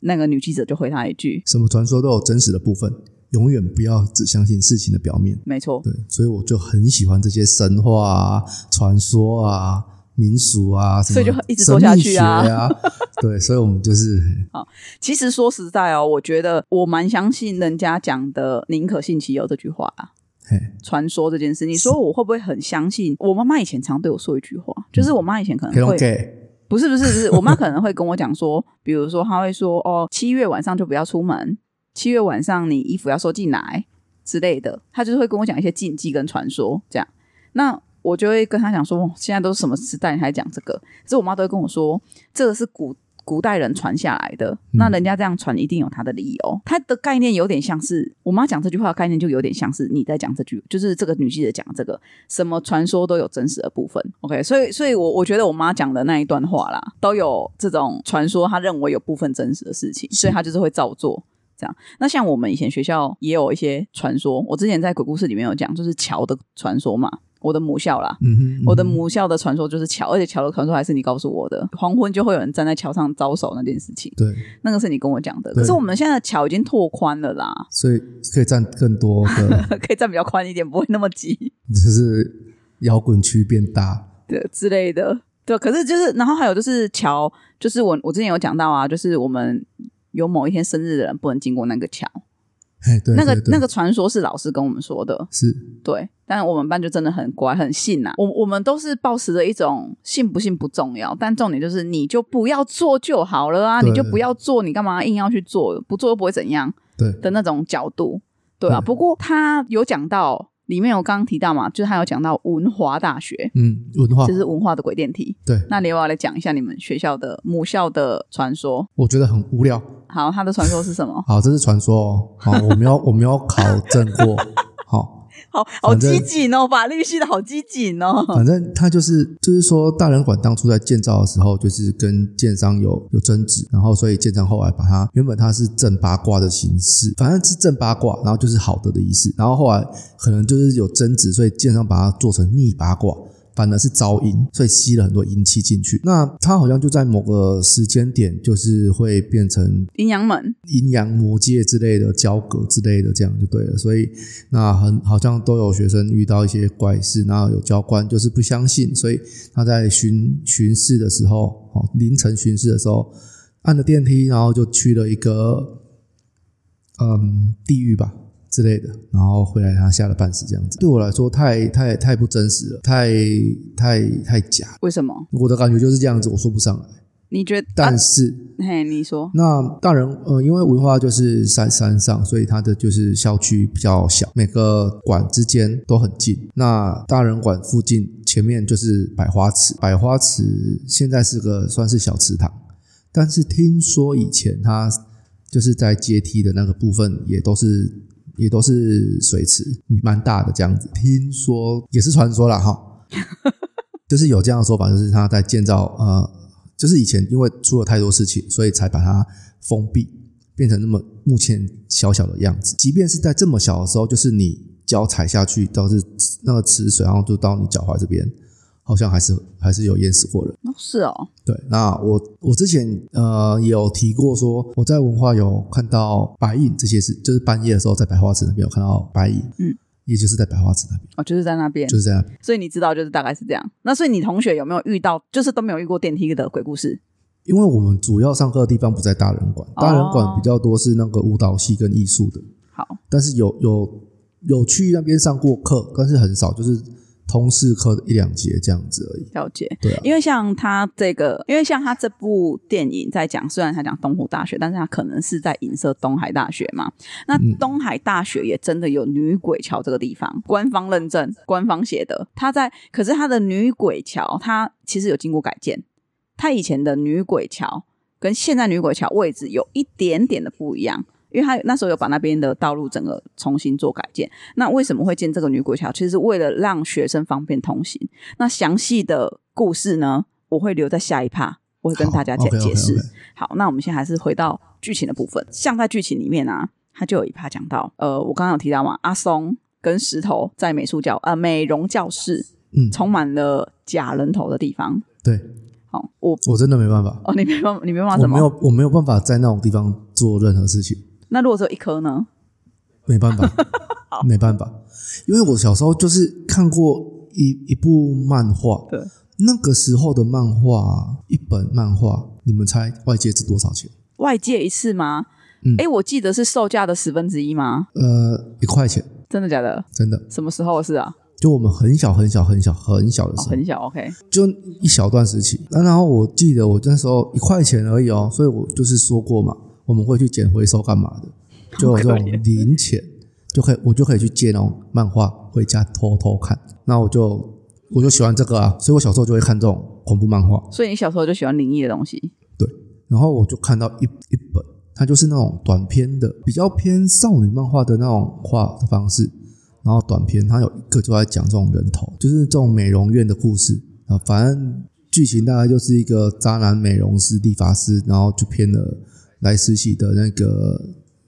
Speaker 2: 那个女记者就回他一句
Speaker 1: 什么传说都有真实的部分，永远不要只相信事情的表面。：“
Speaker 2: 没错，
Speaker 1: 对，所以我就很喜欢这些神话啊、传说啊、民俗啊，什么
Speaker 2: 所以就一直做下去啊
Speaker 1: 神秘学啊。 对，所以我们就是
Speaker 2: 其实说实在哦，我觉得我蛮相信人家讲的“宁可信其有”这句话啊。
Speaker 1: 嘿，
Speaker 2: 传说这件事，你说我会不会很相信？我妈妈以前常对我说一句话，就是我妈以前嗯可
Speaker 1: 黑
Speaker 2: 能
Speaker 1: 龙
Speaker 2: 会，
Speaker 1: gay
Speaker 2: 不是不是不是，我妈可能会跟我讲说，比如说她会说哦，七月晚上就不要出门，七月晚上你衣服要收进来之类的，她就是会跟我讲一些禁忌跟传说这样。那我就会跟她讲说，哦现在都是什么时代，你还讲这个？可是我妈都会跟我说，这个是古。古代人传下来的，那人家这样传一定有他的理由。他的概念有点像是我妈讲这句话的概念，就有点像是你在讲这句，就是这个女记者讲这个，什么传说都有真实的部分。OK，所以所以我我觉得我妈讲的那一段话啦，都有这种传说，她认为有部分真实的事情，所以她就是会照做。这样，那像我们以前学校也有一些传说，我之前在鬼故事里面有讲，就是桥的传说嘛，我的母校啦。
Speaker 1: 嗯哼，
Speaker 2: 我的
Speaker 1: 嗯哼
Speaker 2: 母校的传说就是桥，而且桥的传说还是你告诉我的。黄昏就会有人站在桥上招手那件事情，
Speaker 1: 对，
Speaker 2: 那个是你跟我讲的。
Speaker 1: 对
Speaker 2: 可是我们现在的桥已经拓宽了啦，
Speaker 1: 所以可以占更多的，
Speaker 2: 可以站比较宽一点，不会那么急。
Speaker 1: 就是摇滚区变大，
Speaker 2: 的之类的。对，可是就是，然后还有就是桥，就是我我之前有讲到啊，就是我们有某一天生日的人不能经过那个桥，
Speaker 1: 嘿，对，
Speaker 2: 那个
Speaker 1: 对对
Speaker 2: 那个传说是老师跟我们说的，
Speaker 1: 是
Speaker 2: 对。但我们班就真的很乖，很信啊。我我们都是抱持着一种信不信不重要，但重点就是你就不要做就好了啊，
Speaker 1: 对
Speaker 2: 你就不要做，你干嘛硬要去做？不做又不会怎样
Speaker 1: 对，
Speaker 2: 的那种角度，对啊。
Speaker 1: 对
Speaker 2: 不过他有讲到里面我刚刚提到嘛，就是他有讲到文华大学，
Speaker 1: 嗯，文化
Speaker 2: 这是文化的鬼电梯。
Speaker 1: 对，
Speaker 2: 那你要不要来讲一下你们学校的母校的传说？
Speaker 1: 我觉得很无聊。？
Speaker 2: 好，它的传说是什么
Speaker 1: 好，这是传说哦。好，我们要我们要考证过。好，
Speaker 2: 好好
Speaker 1: 反正
Speaker 2: 激进哦，法律系的好激进哦。
Speaker 1: 反正他就是就是说，大人馆当初在建造的时候，就是跟建商有有争执，然后所以建商后来把它原本它是正八卦的形式，反正是正八卦，然后就是好的的意思，然后后来可能就是有争执，所以建商把它做成逆八卦。反而是招阴，所以吸了很多阴气进去。那它好像就在某个时间点，就是会变成
Speaker 2: 阴阳门，
Speaker 1: 阴阳魔界之类的交隔之类的，这样就对了。所以那很好像都有学生遇到一些怪事，然后有教官就是不相信，所以他在巡巡视的时候，哦，凌晨巡视的时候按了电梯，然后就去了一个嗯地狱吧。之类的，然后回来他吓了半死这样子，对我来说太太太不真实了，太太太假了，啊
Speaker 2: 为什么？
Speaker 1: 我的感觉就是这样子，我说不上来。
Speaker 2: 你觉得？
Speaker 1: 但
Speaker 2: 啊
Speaker 1: 是、
Speaker 2: 嘿，你说
Speaker 1: 那大人呃，因为文化就是山山上，所以它的就是校区比较小，每个馆之间都很近。那大人馆附近前面就是百花池，百花池现在是个算是小池塘，但是听说以前它就是在阶梯的那个部分也都是也都是水池，蛮大的这样子。听说也是传说啦，哈，就是有这样的说法，就是他在建造呃，就是以前因为出了太多事情，所以才把它封闭，变成那么目前小小的样子。即便是在这么小的时候，就是你脚踩下去，倒是那个池水，然后就到你脚踝这边，好像还是还是有淹死过人。
Speaker 2: 哦是哦，
Speaker 1: 对，那我我之前呃也有提过说，我在文化有看到白影这些事，就是半夜的时候在百花池那边有看到白影，
Speaker 2: 嗯，
Speaker 1: 也就是在百花池那边，
Speaker 2: 哦，就是在那边，
Speaker 1: 就是在那边。
Speaker 2: 所以你知道，就是大概是这样。那所以你同学有没有遇到，就是都没有遇过电梯的鬼故事？
Speaker 1: 因为我们主要上课的地方不在大人馆，
Speaker 2: 哦
Speaker 1: 大人馆比较多是那个舞蹈系跟艺术的，
Speaker 2: 好，
Speaker 1: 但是有有有去那边上过课，但是很少，就是通识课一两节这样子而已。
Speaker 2: 了解。
Speaker 1: 对啊，
Speaker 2: 因为像他这个，因为像他这部电影在讲，虽然他讲东湖大学，但是他可能是在影射东海大学嘛。那
Speaker 1: 嗯
Speaker 2: 东海大学也真的有女鬼桥这个地方，官方认证、官方写的。他在，可是他的女鬼桥，它其实有经过改建。它以前的女鬼桥跟现在女鬼桥位置有一点点的不一样，因为它那时候有把那边的道路整个重新做改建。那为什么会建这个女鬼桥？其实是为了让学生方便通行。那详细的故事呢，我会留在下一趴，我会跟大家解解释。
Speaker 1: o k o k o k
Speaker 2: 好，那我们现在还是回到剧情的部分。像在剧情里面啊，他就有一趴讲到，呃，我刚刚有提到嘛，阿松跟石头在美术教呃美容教室
Speaker 1: 嗯，
Speaker 2: 充满了假人头的地方。
Speaker 1: 对
Speaker 2: 好、我
Speaker 1: 我真的没办法，
Speaker 2: 哦，你没办法，你没办法
Speaker 1: 我
Speaker 2: 什
Speaker 1: 没
Speaker 2: 么？
Speaker 1: 有我没有办法在那种地方做任何事情。
Speaker 2: 那如果只有一颗呢？
Speaker 1: 没办 法，没办法，因为我小时候就是看过一一部漫画，
Speaker 2: 对，
Speaker 1: 那个时候的漫画，一本漫画，你们猜外界值多少钱？
Speaker 2: 外借一次吗？
Speaker 1: 嗯
Speaker 2: 哎、我记得是售价的十分之一吗？
Speaker 1: 呃，一块钱，
Speaker 2: 真的假的？
Speaker 1: 真的，
Speaker 2: 什么时候的事啊？
Speaker 1: 就我们很小很小很小很小的
Speaker 2: 哦，
Speaker 1: 时候，
Speaker 2: 很小，OK，
Speaker 1: 就一小段时期。那然后我记得我那时候一块钱而已哦，所以我就是说过嘛，我们会去捡回收干 嘛的，就有这
Speaker 2: 好可
Speaker 1: 种
Speaker 2: 怜
Speaker 1: 零钱，就可以我就可以去借那种漫画回家偷偷看。那我就我就喜欢这个啊，所以我小时候就会看这种恐怖漫画。
Speaker 2: 所以你小时候就喜欢灵异的东西，
Speaker 1: 然后我就看到一一本，它就是那种短篇的，比较偏少女漫画的那种画的方式。然后短篇它有一个就在讲这种人头，就是这种美容院的故事啊。反正剧情大概就是一个渣男美容师、理发师，然后就骗了来实习的那个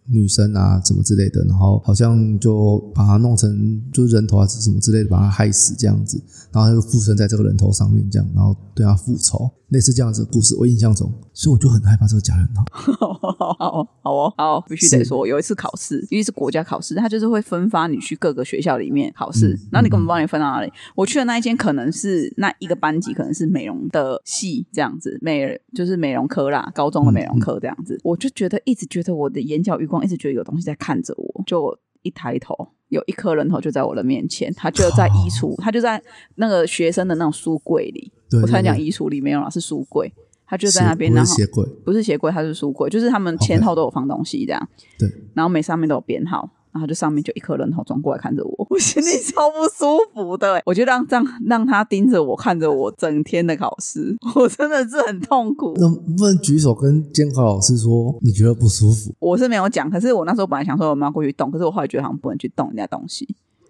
Speaker 1: 女生啊，什么之类的。然后好像就把她弄成就是人头啊，什么之类的，把她害死这样子。然后他就附身在这个人头上面，这样，然后对他复仇，类似这样子的故事，我印象中，所以我就很害怕这个假人头。
Speaker 2: 好哦，好哦，好哦，必须得
Speaker 1: 是
Speaker 2: 说，有一次考试，因为是国家考试，他就是会分发你去各个学校里面考试，然后你根本不知道你分到哪里。我去的那一间可能是那一个班级，可能是美容的系这样子，美就是美容科啦，高中的美容科这样子。我就觉得一直觉得我的眼角余光一直觉得有东西在看着我，就我一抬头。有一颗人头就在我的面前，他就在衣橱，他就在那个学生的那种书柜里。
Speaker 1: 对，
Speaker 2: 我突然
Speaker 1: 对
Speaker 2: 讲
Speaker 1: 对
Speaker 2: 衣橱里没有啦，是书柜，他就在
Speaker 1: 是
Speaker 2: 那边，
Speaker 1: 不
Speaker 2: 然
Speaker 1: 是
Speaker 2: 后
Speaker 1: 鞋柜，
Speaker 2: 不是鞋柜，它是书柜，就是他们前后都有放东西这样。
Speaker 1: 对，
Speaker 2: 然后每上面都有编号，然后就上面就一颗人头转过来看着我，我 心里超不舒服的、欸。我就让让让他盯着我看着我整天的考试， 我真的是很痛苦。
Speaker 1: 能不能举手跟监考老师说你觉得不舒服？
Speaker 2: 我是没有讲，可是我那时候本来想说我们要过去动，可是我后来觉得好像不能去动人家东西，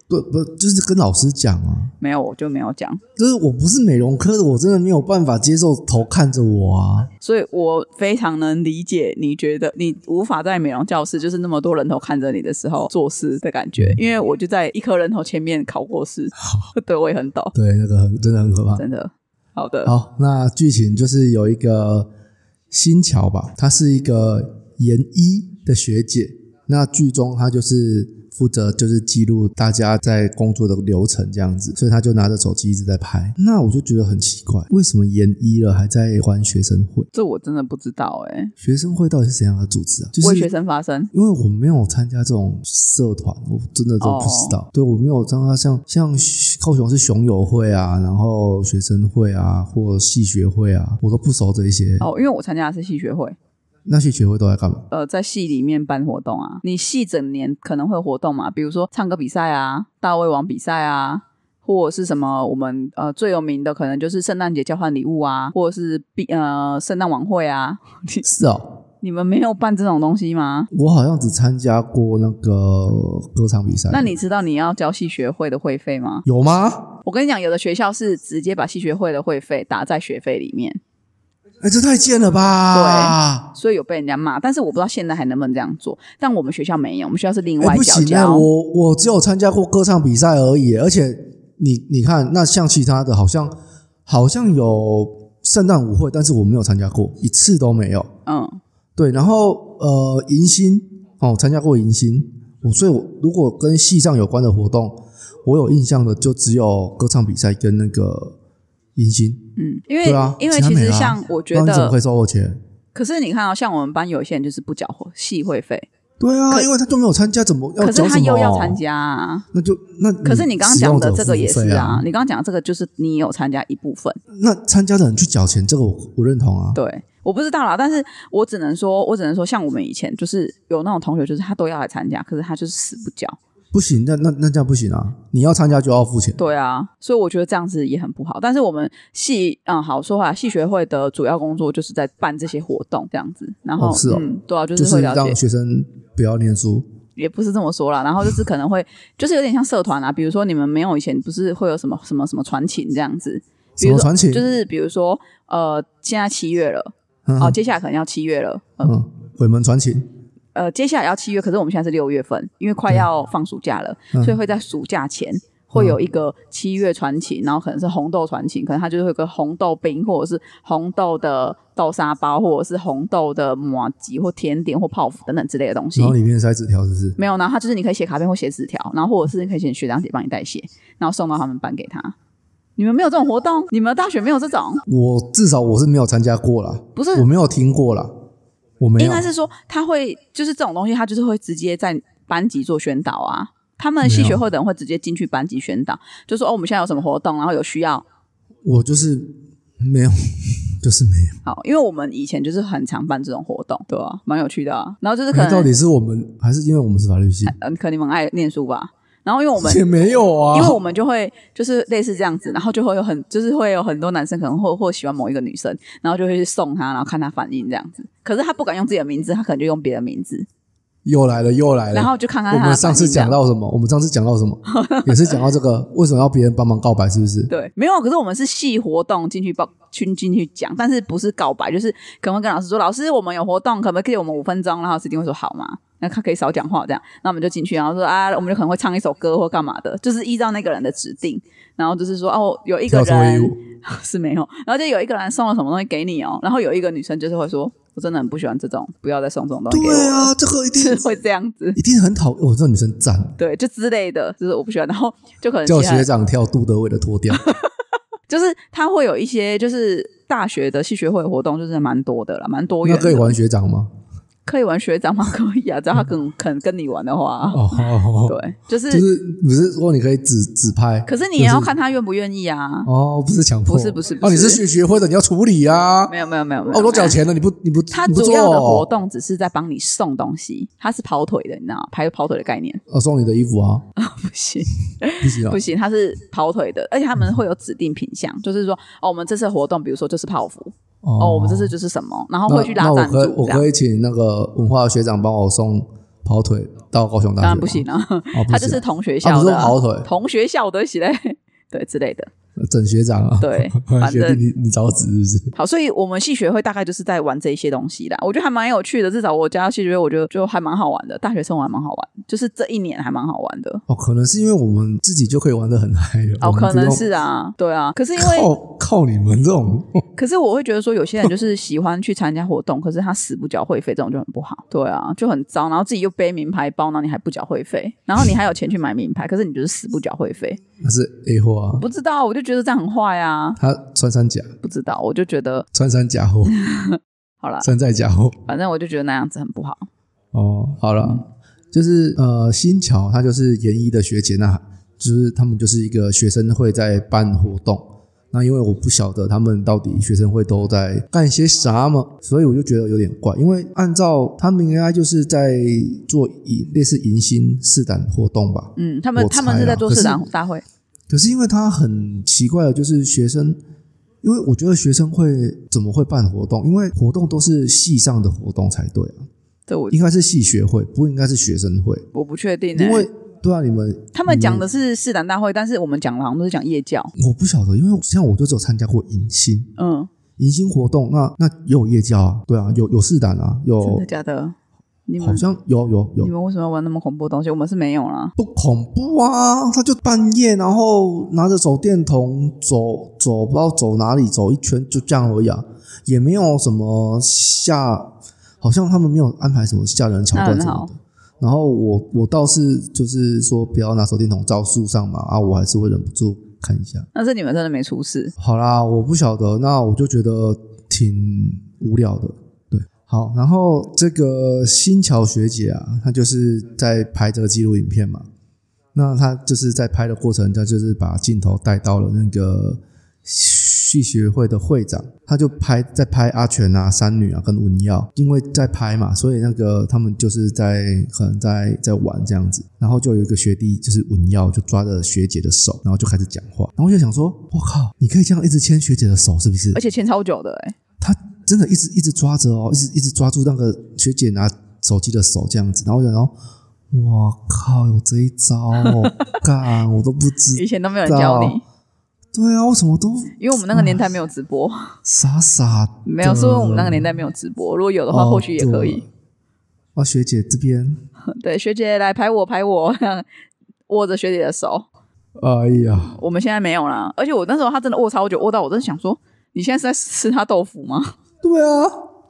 Speaker 1: 不不，就是跟老师讲啊。
Speaker 2: 没有我就没有讲。
Speaker 1: 就是我不是美容科的，我真的没有办法接受头看着我啊。
Speaker 2: 所以我非常能理解你觉得你无法在美容教室就是那么多人头看着你的时候做事的感
Speaker 1: 嗯
Speaker 2: 觉，因为我就在一颗人头 前面考过试，对我也很懂，
Speaker 1: 对，那个很真的很可怕。
Speaker 2: 真的。好的，
Speaker 1: 好，那剧情就是有一个新桥吧，她是一个研一的学姐。那剧中她就是负责就是记录大家在工作的流程这样子，所以她就拿着手机一直在拍。那我就觉得很奇怪，为什么研一了还在玩学生会？
Speaker 2: 这我真的不知道哎、
Speaker 1: 学生会到底是怎样的组织啊？就是
Speaker 2: 为学生发声。
Speaker 1: 因为我没有参加这种社团，我真的都
Speaker 2: 哦
Speaker 1: 不知道。对我没有参加像像高雄是熊友会啊，然后学生会啊，或系学会啊，我都不熟这一些。
Speaker 2: 哦，因为我参加的是系学会，
Speaker 1: 那些学会都在干 嘛？
Speaker 2: 呃，在系里面办活动啊，你系整年可能会有活动嘛，比如说唱歌比赛啊、大胃王比赛啊，或者是什么我们呃最有名的可能就是圣诞节交换礼物啊，或者是毕呃圣诞晚会啊，你
Speaker 1: 是哦，
Speaker 2: 你们没有办这种东西吗？
Speaker 1: 我好像只参加过那个歌唱比赛。
Speaker 2: 那你知道你要交系学会的会费吗？
Speaker 1: 有吗？
Speaker 2: 我跟你讲，有的学校是直接把系学会的会费打在学费里面，
Speaker 1: 哎，这太贱了吧！
Speaker 2: 所以有被人家骂，但是我不知道现在还能不能这样做。但我们学校没有，我们学校是另
Speaker 1: 哎，
Speaker 2: 外
Speaker 1: 不
Speaker 2: 缴
Speaker 1: 行啊，
Speaker 2: 交。
Speaker 1: 我我只有参加过歌唱比赛而已。而且你你看，那像其他的，好像好像有圣诞舞会，但是我没有参加过，一次都没有。
Speaker 2: 嗯，
Speaker 1: 对，然后呃，迎新哦，参加过迎新，我所以我如果跟戏上有关的活动，我有印象的就只有歌唱比赛跟那个迎新。
Speaker 2: 嗯，因为、
Speaker 1: 对啊，
Speaker 2: 因为
Speaker 1: 其他
Speaker 2: 其
Speaker 1: 没
Speaker 2: 实
Speaker 1: 啦
Speaker 2: 像我觉
Speaker 1: 不然你怎么
Speaker 2: 得
Speaker 1: 会，收我钱？
Speaker 2: 可是你看啊，像我们班有一些人就是不缴会系会费，
Speaker 1: 对啊，
Speaker 2: 可
Speaker 1: 因为他就没有参加，怎么要
Speaker 2: 可是
Speaker 1: 交什么？嗯
Speaker 2: 他又要参，加啊。
Speaker 1: 那就那
Speaker 2: 可是你刚刚
Speaker 1: 使用
Speaker 2: 讲的
Speaker 1: 者
Speaker 2: 这个也
Speaker 1: 付费
Speaker 2: 是
Speaker 1: 啊，
Speaker 2: 你刚刚讲的这个就是你有参加一部分，
Speaker 1: 那参加的人去缴钱，这个我我认同啊。
Speaker 2: 对，我不知道啦，但是我只能说，我只能说，像我们以前就是有那种同学，就是他都要来参加，可是他就是死不缴。
Speaker 1: 不行，那那那这样不行啊！你要参加就要付钱。
Speaker 2: 对啊，所以我觉得这样子也很不好。但是我们系，嗯，好说话，系学会的主要工作就是在办这些活动，这样子。然后，
Speaker 1: 哦是哦
Speaker 2: 嗯，对啊，就
Speaker 1: 就是是
Speaker 2: 会了解，
Speaker 1: 让学生不要念书，
Speaker 2: 也不是这么说啦。然后就是可能会，就是有点像社团啊，比如说你们没有以前不是会有什么什么什么传情这样子，比
Speaker 1: 什
Speaker 2: 如
Speaker 1: 么
Speaker 2: 说
Speaker 1: 传情？
Speaker 2: 就是比如说，呃，现在七月了，
Speaker 1: 嗯
Speaker 2: 哦，接下来可能要七月了，呃
Speaker 1: 嗯，鬼门传情。
Speaker 2: 呃，接下来要七月，可是我们现在是六月份，因为快要放暑假了，
Speaker 1: 嗯
Speaker 2: 所以会在暑假前会有一个七月传情，然后可能是红豆传情，可能它就是会有个红豆冰，或者是红豆的豆沙包，或者是红豆的麻吉或甜点或泡芙等等之类的东西
Speaker 1: 然。后里面塞纸条，是不是？
Speaker 2: 没有，然后它就是你可以写卡片或写纸条，然后或者是你可以请学长姐帮你代写，然后送到他们班给他。你们没有这种活动？你们大学没有这种？
Speaker 1: 我至少我是没有参加过啦，
Speaker 2: 不是
Speaker 1: 我没有听过啦，我没
Speaker 2: 应
Speaker 1: 有。
Speaker 2: 该是说他会就是这种东西，他就是会直接在班级做宣导啊。他们系学会的人会直接进去班级宣导，就说哦，我们现在有什么活动，然后有需要。
Speaker 1: 我就是没有， 就是没有。
Speaker 2: 好，因为我们以前就是很常办这种活动，对啊，蛮有趣的啊。然后就是可
Speaker 1: 那到
Speaker 2: 能，
Speaker 1: 底是我们还是因为我们是法律系？
Speaker 2: 嗯，可能你们爱念书吧。然后因为我们，
Speaker 1: 也没有啊，
Speaker 2: 因为我们就会就是类似这样子，然后就会有很就是会有很多男生可能会或喜欢某一个女生，然后就会去送她，然后看她反应这样子。可是他不敢用自己的名字，他可能就用别的名字，
Speaker 1: 又来了又来了。
Speaker 2: 然后就看看
Speaker 1: 哎我
Speaker 2: 他的
Speaker 1: 们
Speaker 2: 反
Speaker 1: 上
Speaker 2: 应
Speaker 1: 次
Speaker 2: 这样
Speaker 1: 讲。到什么？我们上次讲到 什么？也是讲到这个，为什么要别人帮忙告白？是不是？
Speaker 2: 对，没有，可是我们是系活动进去报去进去讲，但是不是告白，就是可能会跟老师说，老师我们有活动，可不可以给我们五分钟？然后老师一定会说好嘛，那他可以少讲话这样，那我们就进去，然后说啊，我们就可能会唱一首歌或干嘛的，就是依照那个人的指定，然后就是说哦，有一个
Speaker 1: 跳脱衣
Speaker 2: 人
Speaker 1: 舞，
Speaker 2: 是没有，然后就有一个人送了什么东西给你哦，然后有一个女生就是会说，我真的很不喜欢这种，不要再送这种东西给我
Speaker 1: 对
Speaker 2: 了，
Speaker 1: 啊，这个一定
Speaker 2: 是 会这样子。
Speaker 1: 一定很讨厌。我这女生赞，
Speaker 2: 对，就之类的，就是我不喜欢，然后就可能
Speaker 1: 叫
Speaker 2: 其他
Speaker 1: 学长跳杜德伟的脱 掉。
Speaker 2: 就是他会有一些就是大学的系学会活动，就是蛮多的啦，蛮多
Speaker 1: 那
Speaker 2: 元的。
Speaker 1: 可以玩学长吗？
Speaker 2: 可以玩学长吗？可以啊，只要他肯肯跟你玩的话，
Speaker 1: 哦，哦，
Speaker 2: 对，就是，
Speaker 1: 就是不是说你可以指指拍？
Speaker 2: 可是你也要看他愿不愿意啊。
Speaker 1: 哦，不是强迫，
Speaker 2: 不是不是不
Speaker 1: 哦，你是
Speaker 2: 是
Speaker 1: 学学会的，你要处理啊。
Speaker 2: 没有没有没有没有，
Speaker 1: 哦，我都缴钱了，你不你不
Speaker 2: 他
Speaker 1: 你不
Speaker 2: 主
Speaker 1: 做
Speaker 2: 要的
Speaker 1: 哦
Speaker 2: 活动只是在帮你送东西，他是跑腿的，你知道吗？拍跑腿的概念
Speaker 1: 哦，送你的衣服啊，
Speaker 2: 不行
Speaker 1: 不行啊
Speaker 2: 不，行，他是跑腿的，而且他们会有指定品项，就是说哦，我们这次活动，比如说就是泡芙，哦，我们这次就是什么，然后
Speaker 1: 那
Speaker 2: 会去拉
Speaker 1: 那我
Speaker 2: 赞
Speaker 1: 可以
Speaker 2: 助
Speaker 1: 我
Speaker 2: 这样
Speaker 1: 可。以请那个文化学长帮我送跑腿到高雄大学吗，
Speaker 2: 当然不行啊，
Speaker 1: 哦，不
Speaker 2: 他就
Speaker 1: 行
Speaker 2: 是同学校
Speaker 1: 啊不是
Speaker 2: 的啊、
Speaker 1: 跑腿
Speaker 2: 同学校的起来， 对之类的，
Speaker 1: 整学长啊，，
Speaker 2: 对 反
Speaker 1: 学
Speaker 2: 正
Speaker 1: 弟你你找死是不是？
Speaker 2: 好，所以我们系学会大概就是在玩这一些东西啦。我觉得还蛮有趣的，至少我加入系学会，我觉得就还蛮好玩的。大学生活还蛮好玩，就是这一年还蛮好玩的。
Speaker 1: 哦，可能是因为我们自己就可以玩的很嗨了，
Speaker 2: 哦，
Speaker 1: 我们
Speaker 2: 可
Speaker 1: 不用
Speaker 2: 能是啊，对啊。可是因为，
Speaker 1: 靠靠你们这种，
Speaker 2: 可是我会觉得说，有些人就是 喜欢去参加活动，可是他死不缴会费，这种就很不好。对啊，就很糟。然后自己又背名牌包，然后你还不缴会费，然后你还有钱去买名牌，可是你就是死不缴会费。
Speaker 1: 那是 A 货啊，
Speaker 2: 不知道，我就觉得这样很坏啊。
Speaker 1: 他穿山甲，
Speaker 2: 不知道，我就觉得
Speaker 1: 穿山甲 货，
Speaker 2: 好啦，
Speaker 1: 山寨甲货。
Speaker 2: 反正我就觉得那样子很不好。
Speaker 1: 哦，好
Speaker 2: 嗯
Speaker 1: 了，就是呃，新桥她就是研一的学姐，那就是他们就是一个学生会在办活动。那因为我不晓得他们到底学生会都在干些啥嘛，所以我就觉得有点怪。因为按照他们应该就是在做迎类似迎新试胆活动吧，
Speaker 2: 嗯，他们
Speaker 1: 我
Speaker 2: 他们
Speaker 1: 猜
Speaker 2: 是
Speaker 1: 啊
Speaker 2: 在做
Speaker 1: 可是
Speaker 2: 市长大会。
Speaker 1: 可是因为他很奇怪的，就是学生，因为我觉得学生会怎么会办活动？因为活动都是系上的活动才对啊，
Speaker 2: 对我
Speaker 1: 应该是系学会，不应该是学生会，
Speaker 2: 我不确定、欸，
Speaker 1: 因为。嗯对啊，你们
Speaker 2: 他们讲的是市党大会，但是我们讲的好像都是讲夜教。
Speaker 1: 我不晓得，因为像我就只有参加过迎新，
Speaker 2: 嗯，
Speaker 1: 迎新活动，那那也有夜教啊，对啊，有有试胆啊，
Speaker 2: 真
Speaker 1: 有
Speaker 2: 的假的？你们
Speaker 1: 好像有有
Speaker 2: 你
Speaker 1: 有，
Speaker 2: 们为什么要玩那么恐怖的东西？我们是没有啦。
Speaker 1: 不恐怖啊，他就半夜然后拿着手电筒走走，不知道走哪里走一圈，就这样而已啊，也没有什么吓，好像他们没有安排什么吓人桥段什
Speaker 2: 那
Speaker 1: 么
Speaker 2: 很
Speaker 1: 的。然后我我倒是就是说不要拿手电筒照树上嘛，啊，我还是会忍不住看一下。
Speaker 2: 但是你们真的没出事，
Speaker 1: 好啦，我不晓得，那我就觉得挺无聊的。对，好，然后这个新桥学姐啊，她就是在拍这个记录影片嘛。那她就是在拍的过程，她就是把镜头带到了那个系学会的会长，她就拍在拍阿全啊、三女啊跟文耀，因为在拍嘛，所以那个他们就是在可能在在玩这样子，然后就有一个学弟就是文耀就抓着学姐的手，然后就开始讲话，然后我就想说，我靠，你可以这样一直牵学姐的手是不是
Speaker 2: 而？且牵超久的、欸，
Speaker 1: 他真的一直一直抓着哦，一直一直抓住那个学姐拿手机的手这样子，然后我想说，哇靠，有这一招哦， 干，我都不知
Speaker 2: 以前都没有人教你，
Speaker 1: 对啊，我什么都
Speaker 2: 因为我们那个年代没有直播，
Speaker 1: 傻傻的，哦
Speaker 2: 没有，是因为我们那个年
Speaker 1: 代
Speaker 2: 代没有直播。如果有的话，或许也
Speaker 1: 啊
Speaker 2: 可以。。
Speaker 1: 哇、啊，学姐这边，
Speaker 2: 对，学姐来拍我，拍我， 握着学姐的手。
Speaker 1: 哎呀，
Speaker 2: 我们现在没有啦，而且我那时候他真的握超久，握到我真的想说，你现在是在吃他豆腐吗？
Speaker 1: 对啊，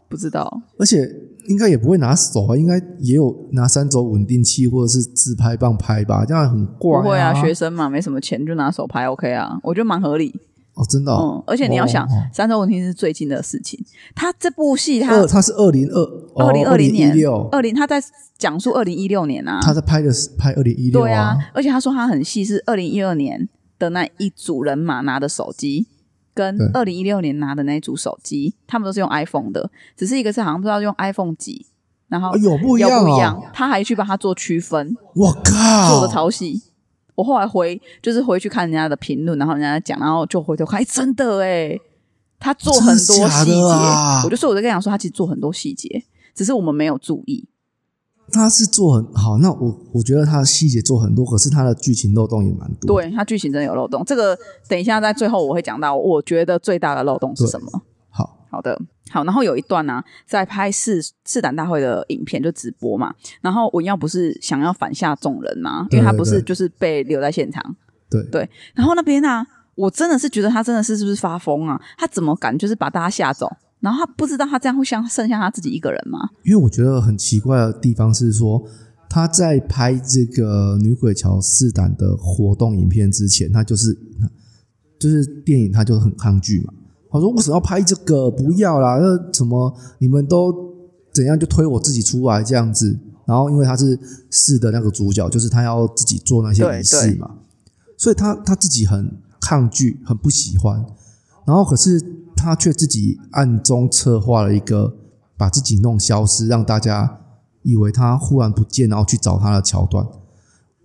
Speaker 2: 不知道，
Speaker 1: 而且应该也不会拿手啊，应该也有拿三轴稳定器或者是自拍棒拍吧，这样很怪、
Speaker 2: 不会
Speaker 1: 啊，
Speaker 2: 啊，学生嘛，没什么钱就拿手拍 OK 啊，我觉得蛮合理。
Speaker 1: 哦，真的、哦，
Speaker 2: 嗯，而且你要想
Speaker 1: 哦哦哦，
Speaker 2: 三周文听是最近的事情。他这部戏他
Speaker 1: 二，他是二零二
Speaker 2: 嗯二零二零年
Speaker 1: 一六，，
Speaker 2: 二零他在讲述二零一六年啊，
Speaker 1: 他在拍的是拍二零一六
Speaker 2: 对啊，，而且他说他很细，是二零一二年的那一组人马拿的手机，跟
Speaker 1: 对
Speaker 2: 二零一六年拿的那一组手机，他们都是用 iPhone 的，只是一个是好像不知道用 iPhone 几，然后
Speaker 1: 啊有不一
Speaker 2: 有
Speaker 1: 样
Speaker 2: 不一
Speaker 1: 啊、
Speaker 2: 样，他还去帮他做区分，
Speaker 1: 我
Speaker 2: 做的
Speaker 1: 靠，
Speaker 2: 超细。我后来回就是回去看人家的评论，然后人家讲，然后就回头看，哎、真的哎，他做很多细
Speaker 1: 真的假
Speaker 2: 节，
Speaker 1: 的啊
Speaker 2: 我就说我在跟你讲说，他其实做很多细节，只是我们没有注意。
Speaker 1: 他是做很好，那我我觉得他的细节做很多，可是他的剧情漏洞也蛮多。，
Speaker 2: 对他剧情真的有漏洞，这个等一下在最后我会讲到，我觉得最大的漏洞是什么。
Speaker 1: 好，
Speaker 2: 好的，好，然后有一段呢、在拍试试胆大会的影片，就直播嘛。然后文耀不是想要反下众人嘛，因为他
Speaker 1: 对对
Speaker 2: 不是
Speaker 1: 对
Speaker 2: 就是被留在现场，
Speaker 1: 对
Speaker 2: 对。然后那边啊，我真的是觉得他真的是是不是发疯啊？他怎么敢就是把大家吓走？然后他不知道他这样会像剩下他自己一个人吗？
Speaker 1: 因为我觉得很奇怪的地方是说，他在拍这个女鬼桥试胆的活动影片之前，他就是就是电影他就很抗拒嘛，他说为什么要拍这个？不要啦，那什么你们都。怎样就推我自己出来这样子。然后因为他是四的那个主角，就是他要自己做那些
Speaker 2: 对
Speaker 1: 仪式嘛，所以他他自己很抗拒，很不喜欢。然后可是他却自己暗中策划了一个把自己弄消失，让大家以为他忽然不见，然后去找他的桥段。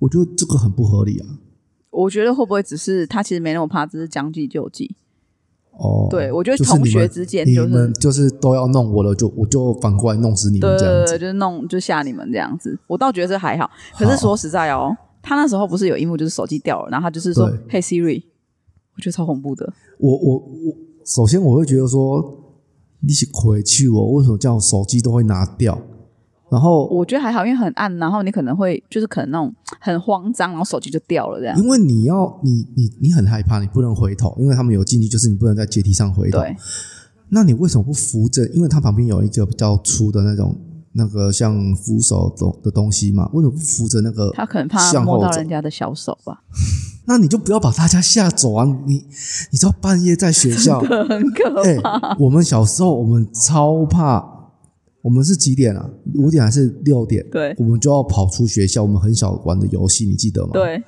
Speaker 1: 我觉得这个很不合理啊。
Speaker 2: 我觉得会不会只是他其实没那么怕，只是将计就计？
Speaker 1: 哦，
Speaker 2: 对，我觉得
Speaker 1: 就是
Speaker 2: 同
Speaker 1: 你
Speaker 2: 学
Speaker 1: 们
Speaker 2: 之间
Speaker 1: 你
Speaker 2: 就是
Speaker 1: 们就是都要弄我了，就我就反过来弄死你
Speaker 2: 对
Speaker 1: 们这
Speaker 2: 对
Speaker 1: 样子。
Speaker 2: 对，就是弄就吓你们这样子。我倒觉得这还好，可是说实在哦，他那时候不是有一幕就是手机掉了，然后他就是说
Speaker 1: 对
Speaker 2: 嘿 Siri”，我觉得超恐怖的。
Speaker 1: 我我我，首先我会觉得说你是回去我，为什么这样手机都会拿掉？然后
Speaker 2: 我觉得还好，因为很暗，然后你可能会就是可能那种很慌张，然后手机就掉了这样。
Speaker 1: 因为你要你你你很害怕，你不能回头，因为他们有禁忌，就是你不能在阶梯上回头。
Speaker 2: 对，
Speaker 1: 那你为什么不扶着？因为它旁边有一个比较粗的那种那个像扶手的的东西嘛，为什么不扶着那个？
Speaker 2: 他可能怕
Speaker 1: 向
Speaker 2: 摸
Speaker 1: 后
Speaker 2: 到
Speaker 1: 走
Speaker 2: 人家的小手吧，
Speaker 1: 那你就不要把大家吓走啊！你你知道半夜在学 校，
Speaker 2: 很可
Speaker 1: 哎、
Speaker 2: 怕。
Speaker 1: 我们小时候我们超怕，我们是几点啊？五点还是六点？
Speaker 2: 对
Speaker 1: 我们就要跑出学校。我们很小玩的游戏，你记得吗？
Speaker 2: 对，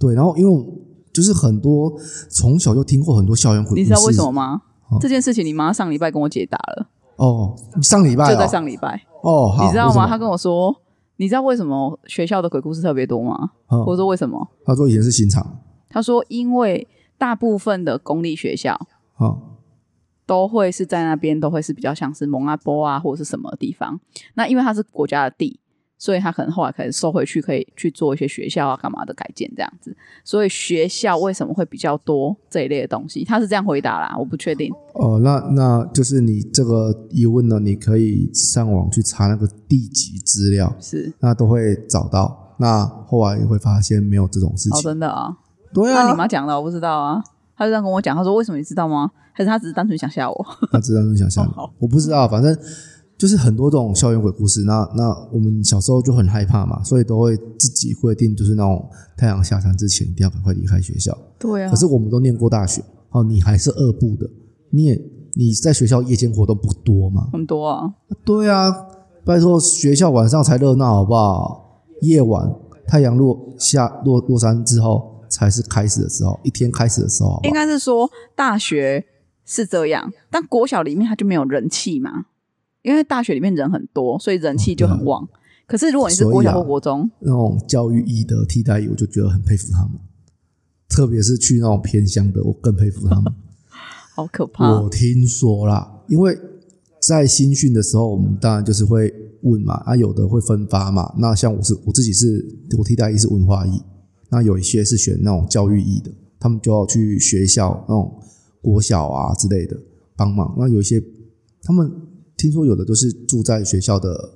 Speaker 1: 对，然后因为我就是很多从小就听过很多校园鬼故事，
Speaker 2: 你知道为什么吗
Speaker 1: 哦？
Speaker 2: 这件事情你妈上礼拜跟我解答了，
Speaker 1: 哦，上礼拜、哦、
Speaker 2: 就在上礼拜，
Speaker 1: 哦，好，
Speaker 2: 你知道
Speaker 1: 为什
Speaker 2: 吗？
Speaker 1: 么
Speaker 2: 她跟我说，你知道为什么学校的鬼故事特别多吗？
Speaker 1: 嗯
Speaker 2: 我说为什么？
Speaker 1: 他说以前是刑场，
Speaker 2: 她说因为大部分的公立学校
Speaker 1: 哦，
Speaker 2: 都会是在那边都会是比较像是蒙阿波啊或者是什么地方。那因为它是国家的地，所以它可能后来可以收回去，可以去做一些学校啊干嘛的改建这样子。所以学校为什么会比较多这一类的东西？他是这样回答啦，我不确定。
Speaker 1: 哦，那那就是你这个疑问呢，你可以上网去查那个地籍资料，
Speaker 2: 是
Speaker 1: 那都会找到。那后来会发现没有这种事
Speaker 2: 哦，
Speaker 1: 情，
Speaker 2: 真的啊，
Speaker 1: 对
Speaker 2: 那
Speaker 1: 啊
Speaker 2: 你，妈讲的我不知道啊。他就这样跟我讲，他说为什么你知道吗？还是他只是单纯想吓我？
Speaker 1: 他知道是想吓你
Speaker 2: 哦好，
Speaker 1: 我不知道，反正就是很多这种校园鬼故事。那那我们小时候就很害怕嘛，所以都会自己规定，就是那种太阳下山之前一定要赶快离开学校。
Speaker 2: 对啊
Speaker 1: 可是我们都念过大学，哦，你还是二部的，你也你在学校夜间活动不多嘛？
Speaker 2: 很多啊，
Speaker 1: 对啊，拜托学校晚上才热闹好不好？夜晚太阳落下落落山之后才是开始的时候，一天开始的时候好不
Speaker 2: 应
Speaker 1: 好？
Speaker 2: 该是说大学是这样，但国小里面它就没有人气嘛，因为大学里面人很多，所以人气就很旺。可是如果你是
Speaker 1: 嗯所以啊
Speaker 2: 国小或国中，
Speaker 1: 那种教育意的替代役，我就觉得很佩服他们，特别是去那种偏乡的，我更佩服他们。
Speaker 2: 好可怕
Speaker 1: 啊我！听说啦，因为在新训的时候，我们当然就是会问嘛，啊，有的会分发嘛。那像我是我自己是我替代役是文化役，那有一些是选那种教育役的，他们就要去学校那种国小啊之类的帮忙。那有一些他们听说有的都是住在学校的，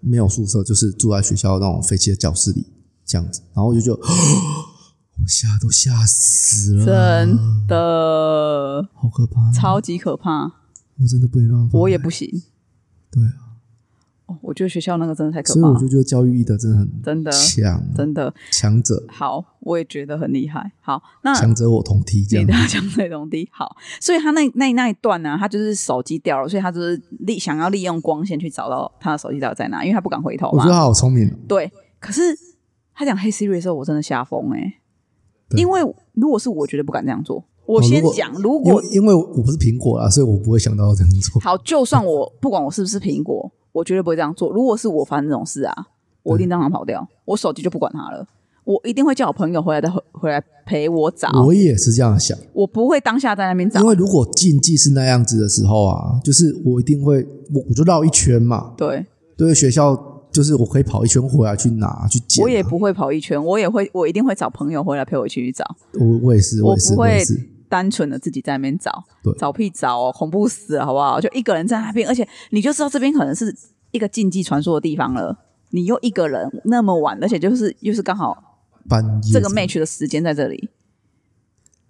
Speaker 1: 没有宿舍，就是住在学校那种废弃的教室里这样子。然后我就就 我吓都吓死了，
Speaker 2: 真的
Speaker 1: 好可怕，
Speaker 2: 超级可怕，
Speaker 1: 我真的没办法，
Speaker 2: 我也不行。
Speaker 1: 对啊。
Speaker 2: 哦，我觉得学校那个真的太可
Speaker 1: 所以我
Speaker 2: 怕
Speaker 1: 就，觉得教育意德真的很
Speaker 2: 真的
Speaker 1: 强，
Speaker 2: 真的
Speaker 1: 强者，
Speaker 2: 好，我也觉得很厉害。好，那
Speaker 1: 强者我同梯这
Speaker 2: 你
Speaker 1: 样
Speaker 2: 的。讲内容低好，所以他那那那一段呢、他就是手机掉了，所以他就是利想要利用光线去找到他的手机到底在哪，因为他不敢回头
Speaker 1: 我
Speaker 2: 嘛
Speaker 1: 觉得。他好聪明哦，
Speaker 2: 对，可是他讲黑 Siri 的时候，我真的吓疯哎，
Speaker 1: 对
Speaker 2: 因为如果是我，绝对不敢这样做。我
Speaker 1: 哦
Speaker 2: 先
Speaker 1: 如果
Speaker 2: 讲，如
Speaker 1: 因
Speaker 2: 果
Speaker 1: 为因为我不是苹果啦，所以我不会想到要这样做。
Speaker 2: 好，就算我不管我是不是苹果，我绝对不会这样做。如果是我发生这种事啊，我一定当场跑掉，我手机就不管它了。我一定会叫我朋友回来再回回来陪我找，我
Speaker 1: 我也是这样想，
Speaker 2: 不会当下在那边找
Speaker 1: 因。为如果禁忌是那样子的时候啊，就是我一定会，我我就绕一圈嘛，
Speaker 2: 对，
Speaker 1: 对学校就是我可以跑一圈回来去拿去捡啊。
Speaker 2: 我也不会跑一圈，我也会，我一定会找朋友回来陪我去找，
Speaker 1: 我我也是，
Speaker 2: 我
Speaker 1: 也是，
Speaker 2: 不
Speaker 1: 我
Speaker 2: 会
Speaker 1: 也是，
Speaker 2: 单纯的自己在那边找
Speaker 1: 对，
Speaker 2: 找屁找哦，恐怖死了，好不好？就一个人在那边，而且你就知道这边可能是一个禁忌传说的地方了，你又一个人那么晚，而且就是又是刚好
Speaker 1: 半夜
Speaker 2: 这个
Speaker 1: 子
Speaker 2: match 的时间在这里，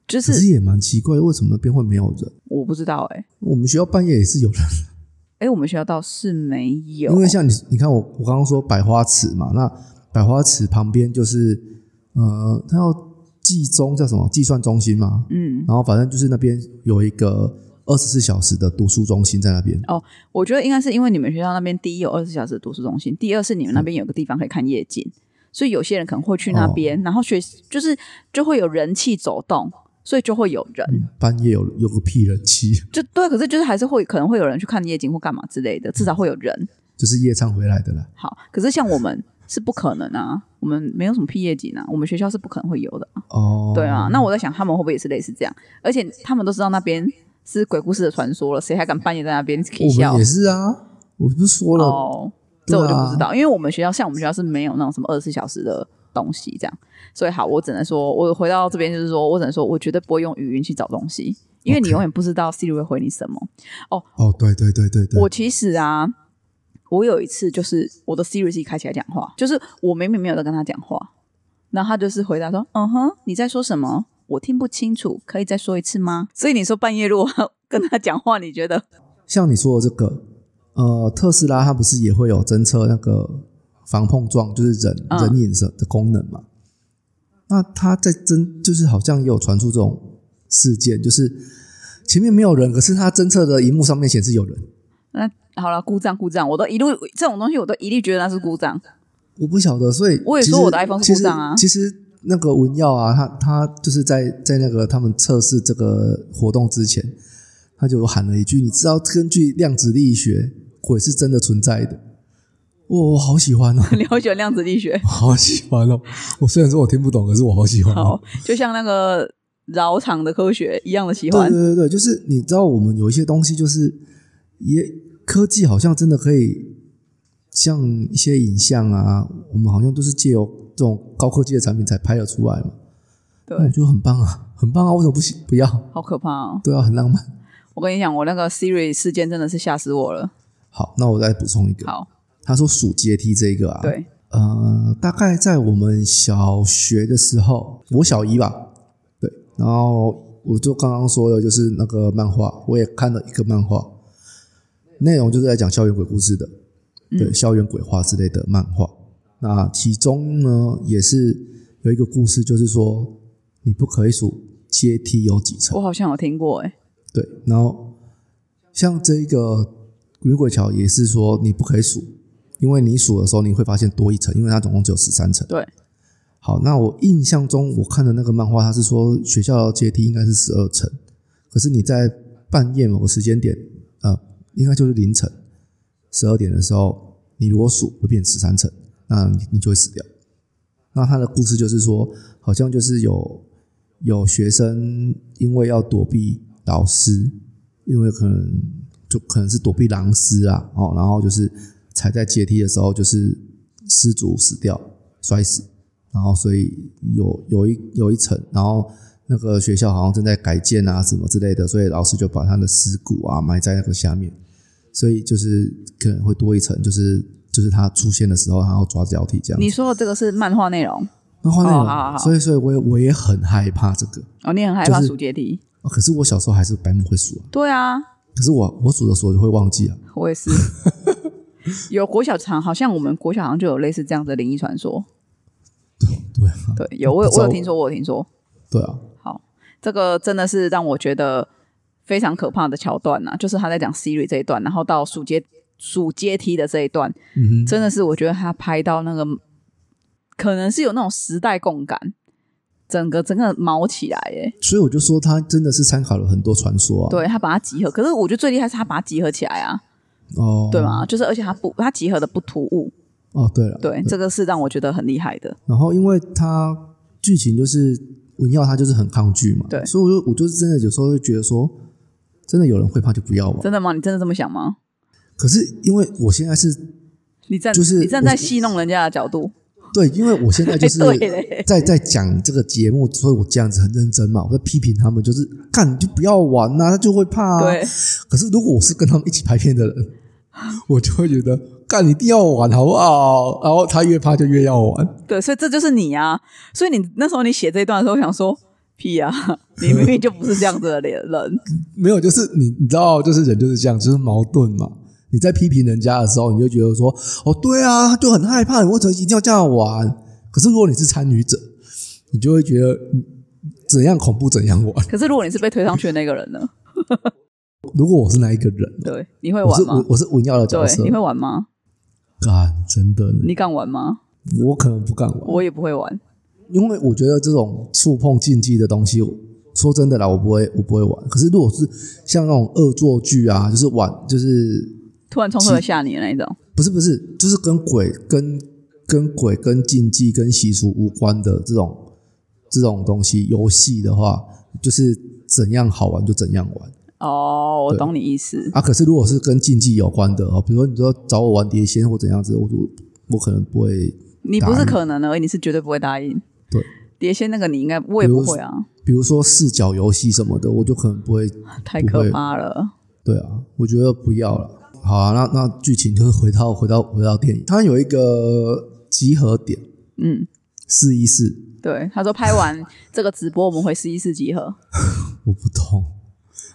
Speaker 2: 就
Speaker 1: 可
Speaker 2: 是
Speaker 1: 是也蛮奇怪，为什么那边会没有人？
Speaker 2: 我不知道哎、欸。
Speaker 1: 我们学校半夜也是有人。
Speaker 2: 哎，我们学校倒是没有
Speaker 1: 因，为像你，你看我，我刚刚说百花池嘛，那百花池旁边就是呃，它要计中叫什么计算中心嘛，
Speaker 2: 嗯，
Speaker 1: 然后反正就是那边有一个二十四小时的读书中心在那边。
Speaker 2: 我觉得应该是因为你们学校那边第一有二十四小时的读书中心，第二是你们那边有个地方可以看夜景，所以有些人可能会去那边，
Speaker 1: 哦
Speaker 2: 然后学就是就会有人气走动，所以就会有人，
Speaker 1: 半夜有有个屁人气，
Speaker 2: 就对，可是就是还是会可能会有人去看夜景或干嘛之类的，至少会有
Speaker 1: 嗯
Speaker 2: 人。
Speaker 1: 就是夜唱回来的啦。
Speaker 2: 好，可是像我们是不可能啊，我们没有什么屁夜景啊，我们学校是不可能会有的啊。
Speaker 1: 哦，
Speaker 2: 对啊，那我在想他们会不会也是类似这样？而且他们都知道那边是鬼故事的传说了，谁还敢半夜在那边起
Speaker 1: 我
Speaker 2: 笑
Speaker 1: 们也？是啊，我不是说了，
Speaker 2: 哦，这我就
Speaker 1: 对啊
Speaker 2: 不知道，因为我们学校像我们学校是没有那种什么二十四小时的东西这样，所以好，我只能说，我回到这边就是说我只能说我绝对不会用语音去找东西，因为你
Speaker 1: OK
Speaker 2: 永远不知道 Siri 会回你什么。
Speaker 1: 哦，对对对对对，
Speaker 2: 我其实啊，我有一次就是我的 Siri 自己开起来讲话，就是我明明没有在跟他讲话，然后他就是回答说：“嗯哼，你在说什么？我听不清楚，可以再说一次吗？”所以你说半夜如果 跟他讲话，你觉得
Speaker 1: 像你说的这个，呃，特斯拉它不是也会有侦测那个防碰撞，就是人、
Speaker 2: 嗯
Speaker 1: 人影的的功能嘛？那它在侦，就是好像也有传出这种事件，就是前面没有人，可是它侦测的荧幕上面显示有人。
Speaker 2: 那好了，故障故障，我都一路这种东西我都一律觉得那是故障。
Speaker 1: 我不晓得，所以
Speaker 2: 我也
Speaker 1: 其实
Speaker 2: 说我的 iPhone 是故障啊
Speaker 1: 其实其实那个文耀啊，他他就是在在那个他们测试这个活动之前，他就喊了一句：“你知道，根据量子力学，鬼是真的存在的。”哇，我好喜欢 哦，
Speaker 2: 你会喜欢量子力学？
Speaker 1: 我好喜欢哦！我虽然说我听不懂，可是我好喜欢、哦
Speaker 2: 好。，就像那个饶场的科学一样的喜
Speaker 1: 对
Speaker 2: 欢。
Speaker 1: 对对对，就是你知道，我们有一些东西，就是也科技好像真的可以，像一些影像啊，我们好像都是借由这种高科技的产品才拍得出来嘛。
Speaker 2: 对
Speaker 1: 那我觉得很棒啊，很棒啊！为什么不行？不要？
Speaker 2: 好可怕哦！
Speaker 1: 对啊，很浪漫。
Speaker 2: 我跟你讲，我那个 Siri 事件真的是吓死我了。
Speaker 1: 好，那我再补充一个。
Speaker 2: 好，
Speaker 1: 他说数阶梯这一个啊，，
Speaker 2: 对，
Speaker 1: 呃，大概在我们小学的时候，我小一吧，对，然后我就刚刚说的，就是那个漫画，我也看了一个漫画，内容就是在讲校园鬼故事的，对，
Speaker 2: 嗯
Speaker 1: 校园鬼话之类的漫画。那其中呢，也是有一个故事，就是说你不可以数阶梯有几层
Speaker 2: 我。好像有听过、欸，哎，
Speaker 1: 对，然后像这一个女鬼桥也是说你不可以数，因为你数的时候你会发现多一层，因为它总共只有十三层。
Speaker 2: 对。
Speaker 1: 好，那我印象中我看的那个漫画，它是说学校的阶梯应该是十二层，可是你在半夜某个时间点，呃，应该就是凌晨十二点的时候，你如果数会变十三层，那你你就会死掉。那他的故事就是说，好像就是有有学生因为要躲避老师，因为可能就可能是躲避狼师啊，哦，然后就是踩在阶梯的时候，就是失足死掉，摔死，然后所以有有一有一层，然后那个学校好像正在改建啊什么之类的，所以老师就把他的尸骨啊埋在那个下面，所以就是可能会多一层，就是就是他出现的时候，然后抓脚体这样子。
Speaker 2: 你说的这个是漫画内容
Speaker 1: 那画内容，
Speaker 2: 哦好好好
Speaker 1: 所以所以我也我也很害怕这个、
Speaker 2: 哦，你很害怕
Speaker 1: 就是
Speaker 2: 数阶梯？
Speaker 1: 哦可是我小时候还是白目会数啊，
Speaker 2: 对啊，
Speaker 1: 可是我我数的时候就会忘记啊。
Speaker 2: 我也是。有国小常，好像我们国小好像就有类似这样的灵异传说。
Speaker 1: 对啊，
Speaker 2: 对，有我有
Speaker 1: 不知
Speaker 2: 我
Speaker 1: 道
Speaker 2: 有听说，我有听说，
Speaker 1: 对啊，
Speaker 2: 这个真的是让我觉得非常可怕的桥段呐、就是他在讲 Siri 这一段，然后到数阶数阶梯的这一段，
Speaker 1: 嗯哼，
Speaker 2: 真的是我觉得他拍到那个，可能是有那种时代共感，整个整个毛起来耶。
Speaker 1: 所以我就说他真的是参考了很多传说啊。，
Speaker 2: 对他把它集合，可是我觉得最厉害是他把它集合起来啊，
Speaker 1: 哦，
Speaker 2: 对？吗？就是而且他不，他集合的不突兀，
Speaker 1: 哦，对了，
Speaker 2: 对，这个是让我觉得很厉害的。
Speaker 1: 然后因为他剧情就是文耀他就是很抗拒嘛，
Speaker 2: 对
Speaker 1: 所以我就我就是真的有时候会觉得说，真的有人会怕就不要玩。
Speaker 2: 真的吗？你真的这么想吗？
Speaker 1: 可是因为我现在是
Speaker 2: 你站，
Speaker 1: 就是
Speaker 2: 你站在戏弄人家的 角度，哎
Speaker 1: 对，因为我现在就是
Speaker 2: 对嘞
Speaker 1: 在在讲这个节目，所以我这样子很认真嘛，我在批评他们，就是干你就不要玩呐、他就会怕、啊。
Speaker 2: 对，
Speaker 1: 可是如果我是跟他们一起拍片的人， 我就会觉得干你一定要玩好不好？然后他越怕就越要玩。
Speaker 2: 对，所以这就是你啊。所以你那时候你写这一段的时候，我想说屁啊，你明明就不是这样子的人。
Speaker 1: 没有，就是你你知道，就是人就是这样，就是矛盾嘛。你在批评人家的时候，你就觉得说，哦，对啊，他就很害怕，我怎么一定要这样玩？可是如果你是参与者，你就会觉得嗯怎样恐怖怎样玩。
Speaker 2: 可是如果你是被推上去的那个人呢？
Speaker 1: 如果我是那一个人，
Speaker 2: 对，你会
Speaker 1: 我是
Speaker 2: 玩吗
Speaker 1: 我？我是文耀的角色
Speaker 2: 对，你，会玩吗？
Speaker 1: 干真的呢，
Speaker 2: 你敢玩吗？
Speaker 1: 我可能不敢玩，
Speaker 2: 我也不会玩。
Speaker 1: 因为我觉得这种触碰禁忌的东西，我说真的啦，我不会我不会玩。可是如果是像那种恶作剧啊，就是玩就是
Speaker 2: 突然冲出来吓你的那一种，
Speaker 1: 不是不是，就是跟鬼、跟跟鬼、跟禁忌、跟习俗无关的这种这种东西游戏的话，就是怎样好玩就怎样玩
Speaker 2: 哦，我
Speaker 1: 对
Speaker 2: 懂你意思。
Speaker 1: 啊。可是如果是跟禁忌有关的哦，比如说你说找我玩碟仙或怎样子，我我我可能不会。
Speaker 2: 你不
Speaker 1: 答
Speaker 2: 是
Speaker 1: 应
Speaker 2: 可能而已，你是绝对不会答应。
Speaker 1: 对，
Speaker 2: 碟仙那个你应该我也不会啊，
Speaker 1: 比如说视角游戏什么的，我就可能不会。
Speaker 2: 太
Speaker 1: 不
Speaker 2: 可
Speaker 1: 会
Speaker 2: 怕了。
Speaker 1: 对啊，我觉得不要了。好啊，那那剧情就是回到回到回到电影，它有一个集合点
Speaker 2: 嗯，
Speaker 1: 四一四，
Speaker 2: 对，他说拍完这个直播我们回十一世集合，
Speaker 1: 我不懂，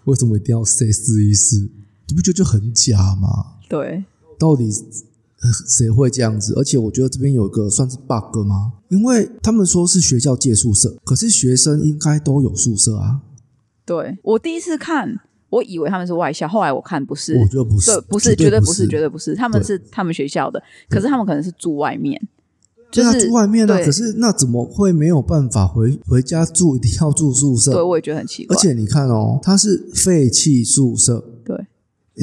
Speaker 1: 为什么一定要 say 试一试？你不觉得就很假吗？
Speaker 2: 对，
Speaker 1: 到底呃谁会这样子？而且我觉得这边有一个算是 bug 吗？因为他们说是学校借宿舍，可是学生应该都有宿舍啊。
Speaker 2: 对我第一次看，我以为他们是外校，后来我看不是，
Speaker 1: 我觉得不是
Speaker 2: 对，，不是，
Speaker 1: 是，
Speaker 2: 绝
Speaker 1: 对
Speaker 2: 对不绝
Speaker 1: 对
Speaker 2: 对不是，他们
Speaker 1: 对
Speaker 2: 是他们学校的，可是他们可能是住外面，就
Speaker 1: 对啊，
Speaker 2: 是
Speaker 1: 住外面啊。
Speaker 2: 对
Speaker 1: 可是那怎么会没有办法回回家住？一定要住宿
Speaker 2: 对，
Speaker 1: 舍？
Speaker 2: 我也觉得很奇怪
Speaker 1: 而。且你看哦，它是废弃宿舍，
Speaker 2: 对，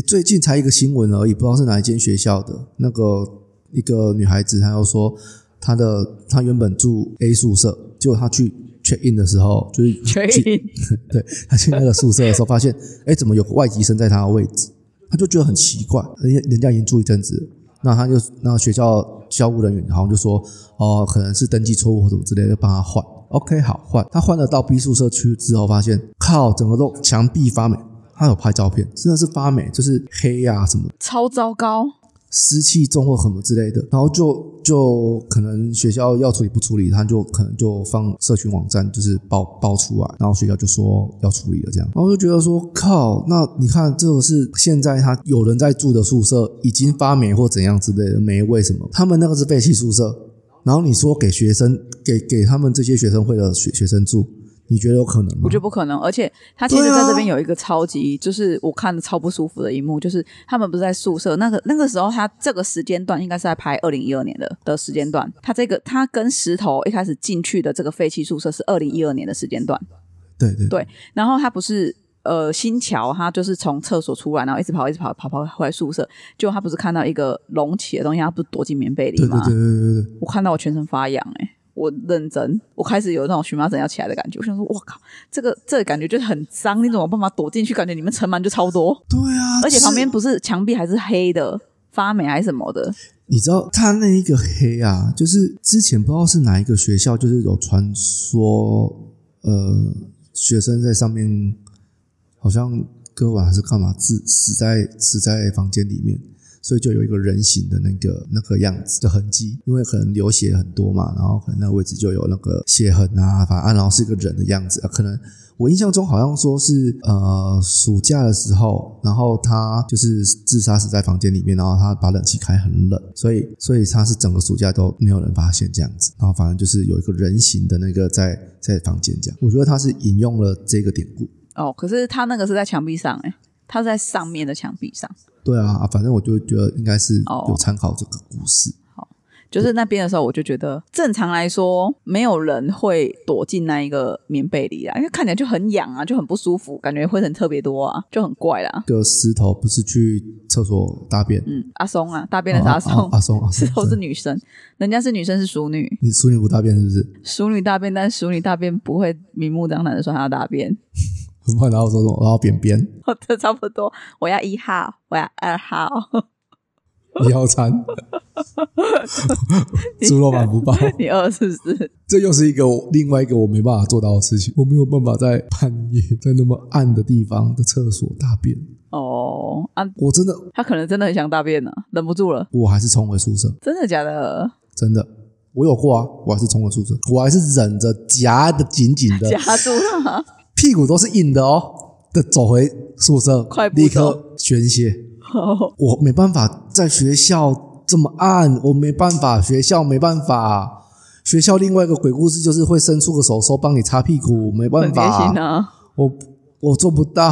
Speaker 1: 最近才一个新闻而已，不知道是哪一间学校的那个一个女孩子，她又说她的她原本住 A 宿舍，结果她去 check in 的时候，就是
Speaker 2: 确
Speaker 1: 去
Speaker 2: 定
Speaker 1: 对她去那个宿舍的时候，发现哎怎么有个外籍生在她的位置，她就觉得很奇怪，人家人家已经住一阵子了，那她就那学校校务人员好像就说哦可能是登记错误或什么之类的，就帮她换。OK，好换，她换了到 B 宿舍区之后，发现靠，整个都墙壁发霉。她有拍照片，真的是发霉，就是黑呀、什么的
Speaker 2: 超糟糕，
Speaker 1: 湿气重或什么之类的，然后就就可能学校要处理不处理，他就可能就放社群网站就是爆爆出来，然后学校就说要处理了这样，然后我就觉得说靠，那你看这个是现在他有人在住的宿舍已经发霉或怎样之类的霉味什么，他们那个是废弃宿舍，然后你说给学生给给他们这些学生会的学学生住，你觉得有可能吗？
Speaker 2: 我觉得不可能。而且他其实
Speaker 1: 对啊
Speaker 2: 在这边有一个超级，就是我看的超不舒服的一幕，就是他们不是在宿舍那个那个时候，他这个时间段应该是在拍二零一二年的的时间段。他这个他跟石头一开始进去的这个废弃宿舍是二零一二年的时间段，
Speaker 1: 对对
Speaker 2: 对然后他不是。呃，新桥他就是从厕所出来，然后一直跑，一直跑，跑跑回来宿舍。结果他不是看到一个隆起的东西，他不是躲进棉被里
Speaker 1: 对对
Speaker 2: 吗？
Speaker 1: 对对对对对。
Speaker 2: 我看到我全身发痒、欸，我认真，我开始有那种荨麻疹要起来的感觉。我想说，我靠，这个这个感觉就是很脏，你怎么办法躲进去？感觉里面尘螨就超多，
Speaker 1: 对啊！
Speaker 2: 而且
Speaker 1: 是
Speaker 2: 旁边不是墙壁还是黑的，发霉还是什么的。
Speaker 1: 你知道他那一个黑啊，就是之前不知道是哪一个学校，就是有传说，呃，学生在上面好像割腕还是干嘛，自死在死在房间里面，所以就有一个人形的那个那个样子的痕迹，因为可能流血很多嘛，然后可能那个位置就有那个血痕啊，反正、啊然后是一个人的样子，啊、可能我印象中好像说是呃暑假的时候，啊然后他就是自杀死在房间里面，然后他把冷气开很冷，所以所以他是整个暑假都没有人发现这样子，然后反正就是有一个人形的那个在在房间这样，我觉得他是引用了这个典故。
Speaker 2: 哦，可是他那个是在墙壁上、欸，哎，他是在上面的墙壁上，
Speaker 1: 对啊，啊反正我就觉得应该是
Speaker 2: 哦
Speaker 1: 有参考这个故事。
Speaker 2: 就是那边的时候，我就觉得正常来说，没有人会躲进那一个棉被里啊，因为看起来就很痒啊，就很不舒服，感觉灰尘特别多啊，就很怪啦。
Speaker 1: 个石头不是去厕所大便，
Speaker 2: 嗯，阿松啊，大便的是阿松，
Speaker 1: 啊啊阿 松阿
Speaker 2: 石
Speaker 1: 松
Speaker 2: 头是
Speaker 1: 真的
Speaker 2: 女生，人家是女生是淑女，
Speaker 1: 你淑女不大便是不是？
Speaker 2: 淑女大便，但淑女大便不会明目张胆的说她要大便，
Speaker 1: 很怕然后说什么，然后便便
Speaker 2: 这差不多。我要一号，我要二号，
Speaker 1: 哦一号餐，猪肉满不饱，
Speaker 2: 你二是不是？
Speaker 1: 这又是一个我另外一个我没办法做到的事情，我没有办法在半夜在那么暗的地方的厕所大便，
Speaker 2: 哦啊，
Speaker 1: 我真的
Speaker 2: 她可能真的很想大便呢、忍不住了，
Speaker 1: 我还是冲回宿舍，
Speaker 2: 真的假的？
Speaker 1: 真的。我有过啊，我还是冲回宿舍，我还是忍着夹的紧紧的
Speaker 2: 夹，住了，
Speaker 1: 屁股都是硬的哦，的走回宿舍，
Speaker 2: 快步走
Speaker 1: 立刻宣泄。
Speaker 2: 哦，
Speaker 1: 我没办法在学校这么暗，我没办法，学校没办法。学校另外一个鬼故事就是会伸出个手手帮你擦屁股，没办
Speaker 2: 很贴
Speaker 1: 法
Speaker 2: 心，啊。
Speaker 1: 我我做不到。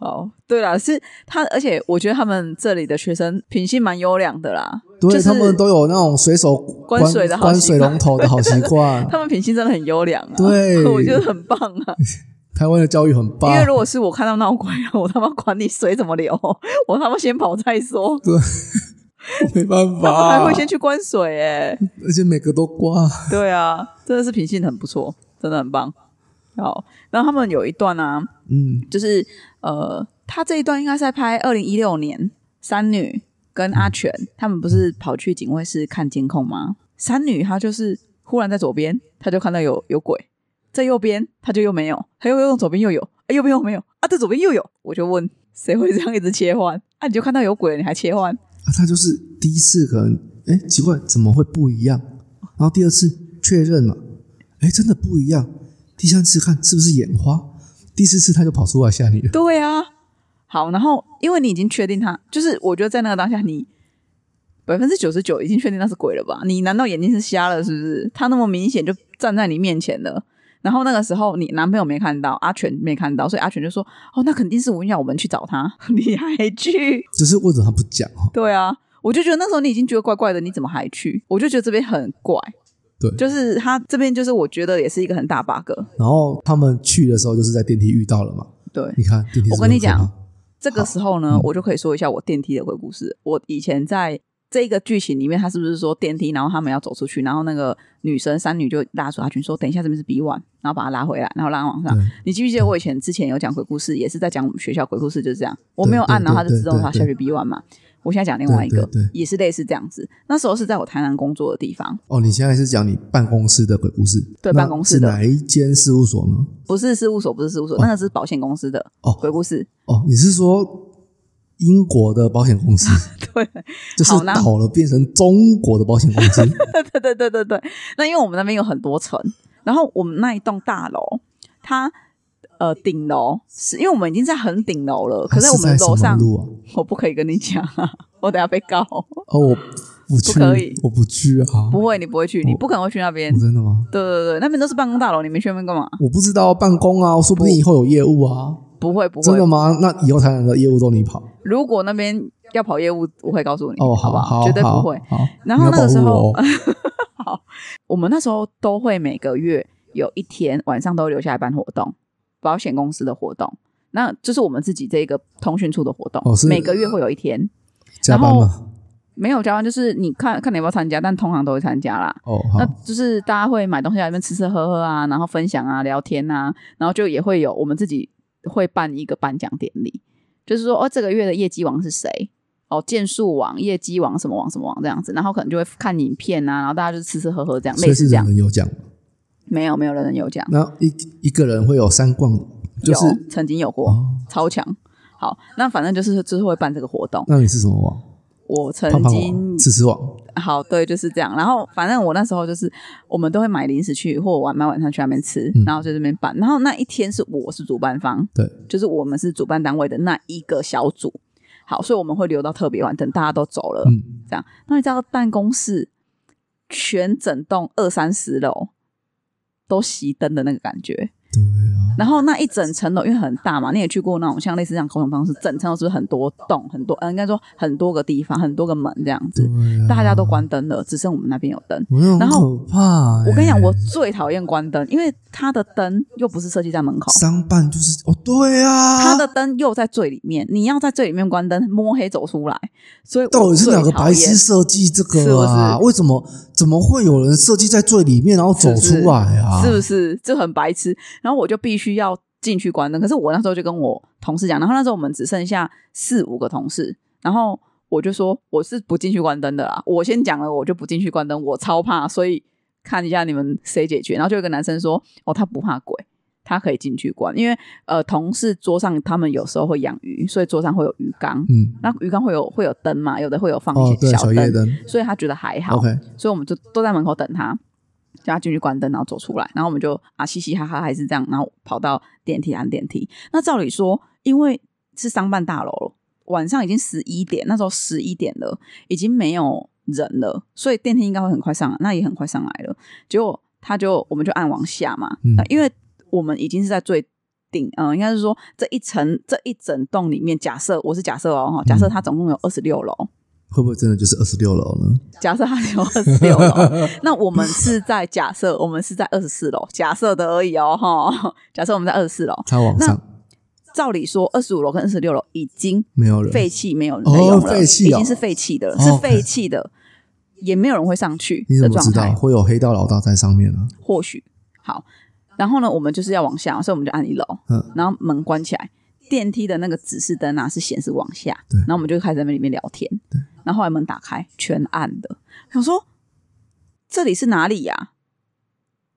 Speaker 2: 哦，对啦，是他，而且我觉得他们这里的学生品性蛮优良的啦，
Speaker 1: 对、
Speaker 2: 就是
Speaker 1: 他们都有那种随手关
Speaker 2: 关水的好习惯。
Speaker 1: 关水龙头的好习惯
Speaker 2: 他们品性真的很优良啊，
Speaker 1: 对
Speaker 2: 我觉得很棒啊。
Speaker 1: 台湾的教育很
Speaker 2: 因
Speaker 1: 棒，
Speaker 2: 为如果是我看到闹鬼啊， 我他妈管你水怎么流， 我他妈先跑再说，
Speaker 1: 没办
Speaker 2: 他们
Speaker 1: 法，
Speaker 2: 还会先去关水哎、
Speaker 1: 而且每个都挂。
Speaker 2: 对啊，真的是品性很不错，真的很棒。好，然后他们有一段啊，
Speaker 1: 嗯，
Speaker 2: 就是呃，他这一段应该是在拍二零一六年，三女跟阿全他们不是跑去警卫室看监控吗？三女她就是忽然在左边，她就看到有有鬼，在右边她就又没有，她又用左边又有，啊、右边又没有，啊，在左边又有，我就问谁会这样一直切换？啊，你就看到有鬼了，你还切换？
Speaker 1: 啊他就是第一次可能，哎，奇怪，怎么会不一样？然后第二次确认嘛，哎，真的不一样。第三次看是不是眼花？第四次他就跑出来吓你了。
Speaker 2: 对啊，好，然后因为你已经确定他，就是我觉得在那个当下你。百分之九十九已经确定那是鬼了吧？你难道眼睛是瞎了？是不是？他那么明显就站在你面前了。然后那个时候你男朋友没看到，阿全没看到，所以阿全就说：“哦，那肯定是吴云雅，我们去找他。” 你还去？
Speaker 1: 只是为什么他不讲哈？
Speaker 2: 对啊，我就觉得那时候你已经觉得怪怪的，你怎么还去？我就觉得这边很怪。
Speaker 1: 对
Speaker 2: 就是他这边就是我觉得也是一个很大 bug。
Speaker 1: 然后他们去的时候就是在电梯遇到了嘛。
Speaker 2: 对，
Speaker 1: 你看电梯是不是
Speaker 2: 我跟你讲
Speaker 1: 很可怕，
Speaker 2: 这个时候
Speaker 1: 嗯
Speaker 2: 呢，我就可以说一下我电梯的鬼故事。我以前在这个剧情里面，他是不是说电梯，然后他们要走出去，然后那个女生三女就拉住阿群说：“等一下，这边是 B one，然后把他拉回来，然后拉往上。
Speaker 1: 对”
Speaker 2: 你记不记得我以前之前有讲鬼故事，也是在讲我们学校鬼故事，就是这样，我没有按，
Speaker 1: 对对
Speaker 2: 然后他就自动
Speaker 1: 对
Speaker 2: 他
Speaker 1: 对
Speaker 2: 下去 B one 嘛。我现在讲另外一个
Speaker 1: 对对对，
Speaker 2: 也是类似这样子。那时候是在我台南工作的地方，
Speaker 1: 哦，你现在是讲你办公室的鬼故事？
Speaker 2: 对
Speaker 1: 那
Speaker 2: 办公室的
Speaker 1: 是哪一间事务所呢？
Speaker 2: 不是事务所，不是事务所，那个是保险公司的
Speaker 1: 哦
Speaker 2: 鬼故事。
Speaker 1: 哦，你是说英国的保险公司？
Speaker 2: 对，
Speaker 1: 就是
Speaker 2: 好那
Speaker 1: 倒了变成中国的保险公司，
Speaker 2: 对对对对对。那因为我们那边有很多层，然后我们那一栋大楼，它呃顶楼是因为我们已经在很顶楼了， 可
Speaker 1: 它
Speaker 2: 我们
Speaker 1: 在什
Speaker 2: 楼
Speaker 1: 么
Speaker 2: 上
Speaker 1: 路啊？
Speaker 2: 我不可以跟你讲、啊，我等下被告。
Speaker 1: 哦，我不去，
Speaker 2: 不可以
Speaker 1: 我不去啊！
Speaker 2: 不会，你不会去，你不可能会去那边
Speaker 1: 我。真的吗？
Speaker 2: 对对对，那边都是办公大楼，你们去那边干嘛？
Speaker 1: 我不知道办公啊，说不定以后有业务啊。
Speaker 2: 不会不
Speaker 1: 真
Speaker 2: 会
Speaker 1: 的，吗？那以后台南的业务都你跑
Speaker 2: 如果那边要跑业务，我会告诉你，
Speaker 1: 哦，
Speaker 2: 不
Speaker 1: 好
Speaker 2: 好？
Speaker 1: 好，
Speaker 2: 绝对
Speaker 1: 好
Speaker 2: 不会。。
Speaker 1: 好，
Speaker 2: 然后
Speaker 1: 你要
Speaker 2: 那个时
Speaker 1: 保护
Speaker 2: 候
Speaker 1: 我哦
Speaker 2: 我们那时候都会每个月有一天晚上都留下来办活动，保险公司的活动，那就是我们自己这个通讯处的活动，
Speaker 1: 哦是
Speaker 2: 每个月会有一天。
Speaker 1: 加班
Speaker 2: 然
Speaker 1: 嘛，
Speaker 2: 没有交换，就是你看看你要不要参加，但通常都会参加啦。
Speaker 1: 哦，
Speaker 2: 那
Speaker 1: 好，
Speaker 2: 就是大家会买东西在那边吃吃喝喝啊，然后分享啊、聊天啊，然后就也会有我们自己会办一个颁奖典礼，就是说哦，这个月的业绩王是谁？哦，剑术王、业绩王什么王什么王这样子，然后可能就会看影片啊，然后大家就吃吃喝喝这样，
Speaker 1: 所
Speaker 2: 类
Speaker 1: 以
Speaker 2: 似
Speaker 1: 是
Speaker 2: 这样
Speaker 1: 人。人有奖。
Speaker 2: 没有没有人有奖，
Speaker 1: 那一一个人会有三冠，就是
Speaker 2: 有曾经有过、
Speaker 1: 哦，
Speaker 2: 超强。好，那反正就是就是会办这个活动。
Speaker 1: 那你是什么网？
Speaker 2: 我曾
Speaker 1: 胖胖
Speaker 2: 经
Speaker 1: 网、吃吃网，
Speaker 2: 好对就是这样，然后反正我那时候就是我们都会买零食去或晚买晚餐去那边吃，
Speaker 1: 嗯
Speaker 2: 然后在这边办。然后那一天是我是主办方，
Speaker 1: 对，
Speaker 2: 就是我们是主办单位的那一个小组。好，所以我们会留到特别晚，等大家都走了，
Speaker 1: 嗯，
Speaker 2: 这样。那你知道办公室全整栋二三十楼都熄灯的那个感觉，
Speaker 1: 对啊，
Speaker 2: 然后那一整层楼因为很大嘛，你也去过那种像类似这样工厂办公室，整层楼是不是很多栋、很多，呃，应该说很多个地方、很多个门这样
Speaker 1: 对
Speaker 2: 子，
Speaker 1: 啊，
Speaker 2: 大家都关灯了，只剩我们那边有灯。
Speaker 1: 我那
Speaker 2: 然后
Speaker 1: 种可怕欸。
Speaker 2: 我跟你讲，我最讨厌关灯，因为它的灯又不是设计在门口，
Speaker 1: 商办就是哦，对啊，
Speaker 2: 它的灯又在最里面，你要在最里面关灯，摸黑走出来，所以我
Speaker 1: 到底是哪个
Speaker 2: 最讨
Speaker 1: 白
Speaker 2: 厌
Speaker 1: 痴设计这个
Speaker 2: 是
Speaker 1: 啊？
Speaker 2: 不
Speaker 1: 为什么怎么会有人设计在最里面，然后走出来啊？
Speaker 2: 是不是？就很白痴。然后我就必须要进去关灯。可是我那时候就跟我同事讲，然后那时候我们只剩下四五个同事，然后我就说我是不进去关灯的啦。我先讲了，我就不进去关灯，我超怕，所以看一下你们谁解决。然后就有一个男生说，哦，他不怕鬼。他可以进去关，因为呃，同事桌上他们有时候会养鱼，所以桌上会有鱼缸，
Speaker 1: 嗯，
Speaker 2: 那鱼缸会有会有灯嘛，有的会有放一
Speaker 1: 哦，
Speaker 2: 些
Speaker 1: 对，小夜
Speaker 2: 灯，
Speaker 1: 灯
Speaker 2: 所以他觉得还好。
Speaker 1: ，OK，
Speaker 2: 所以我们就都在门口等他，叫他进去关灯，然后走出来，然后我们就啊嘻嘻哈哈还是这样，然后跑到电梯按电梯。那照理说，因为是商办大楼，晚上已经十一点，那时候十一点了，已经没有人了，所以电梯应该会很快上来，那也很快上来了。结果他就我们就按往下嘛，
Speaker 1: 嗯
Speaker 2: 那因为我们已经是在最顶，嗯、应该是说这一层这一整栋里面，假设我是假设哦，哈假设它总共有二十六楼，
Speaker 1: 会不会真的就是二十六楼呢？
Speaker 2: 假设它有二十六楼， 那我们是在假设我们是在二十四楼，假设的而已哦，哈，假设我们在二十四楼，
Speaker 1: 它往上
Speaker 2: 照理说二十五楼跟二十六楼已经
Speaker 1: 没有人，
Speaker 2: 废弃，没有人在用了，
Speaker 1: 哦废弃哦
Speaker 2: 已经是废弃的了，
Speaker 1: 哦
Speaker 2: 是废弃的，也没有人会上去
Speaker 1: 你
Speaker 2: 的
Speaker 1: 怎么
Speaker 2: 状
Speaker 1: 知道
Speaker 2: 态，
Speaker 1: 会有黑道老大在上面啊？
Speaker 2: 或许好。然后呢，我们就是要往下，所以我们就按一楼，
Speaker 1: 嗯
Speaker 2: 然后门关起来，电梯的那个指示灯啊是显示往下，
Speaker 1: 对
Speaker 2: 然后我们就开始在那里面聊天，对，然后后来门打开，全暗的，想说这里是哪里呀、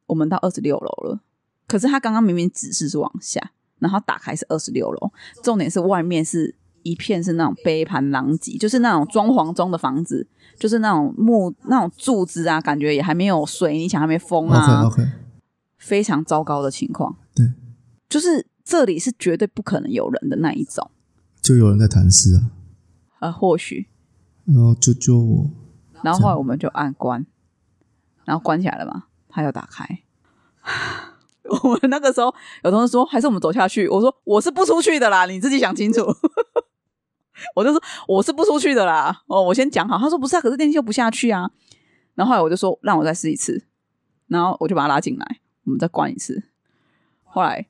Speaker 2: 我们到二十六楼了，可是他刚刚明明指示是往下，然后打开是二十六楼，重点是外面是一片是那种杯盘狼藉，就是那种装潢中的房子，就是那种木那种柱子啊，感觉也还没有水泥墙，还没封啊
Speaker 1: ，OK OK，
Speaker 2: 非常糟糕的情况。
Speaker 1: 对，
Speaker 2: 就是这里是绝对不可能有人的那一种。
Speaker 1: 就有人在谈事啊，
Speaker 2: 呃，或许，
Speaker 1: 然后救救我！
Speaker 2: 然后后来我们就按关，然后关起来了嘛，他又打开。 我们那个时候有同事说，还是我们走下去。我说我是不出去的啦，你自己想清楚。 我就说我是不出去的啦。哦，我先讲好。他说不是啊，可是电梯又不下去啊。然后后来我就说让我再试一次，然后我就把他拉进来，我们再关一次。后来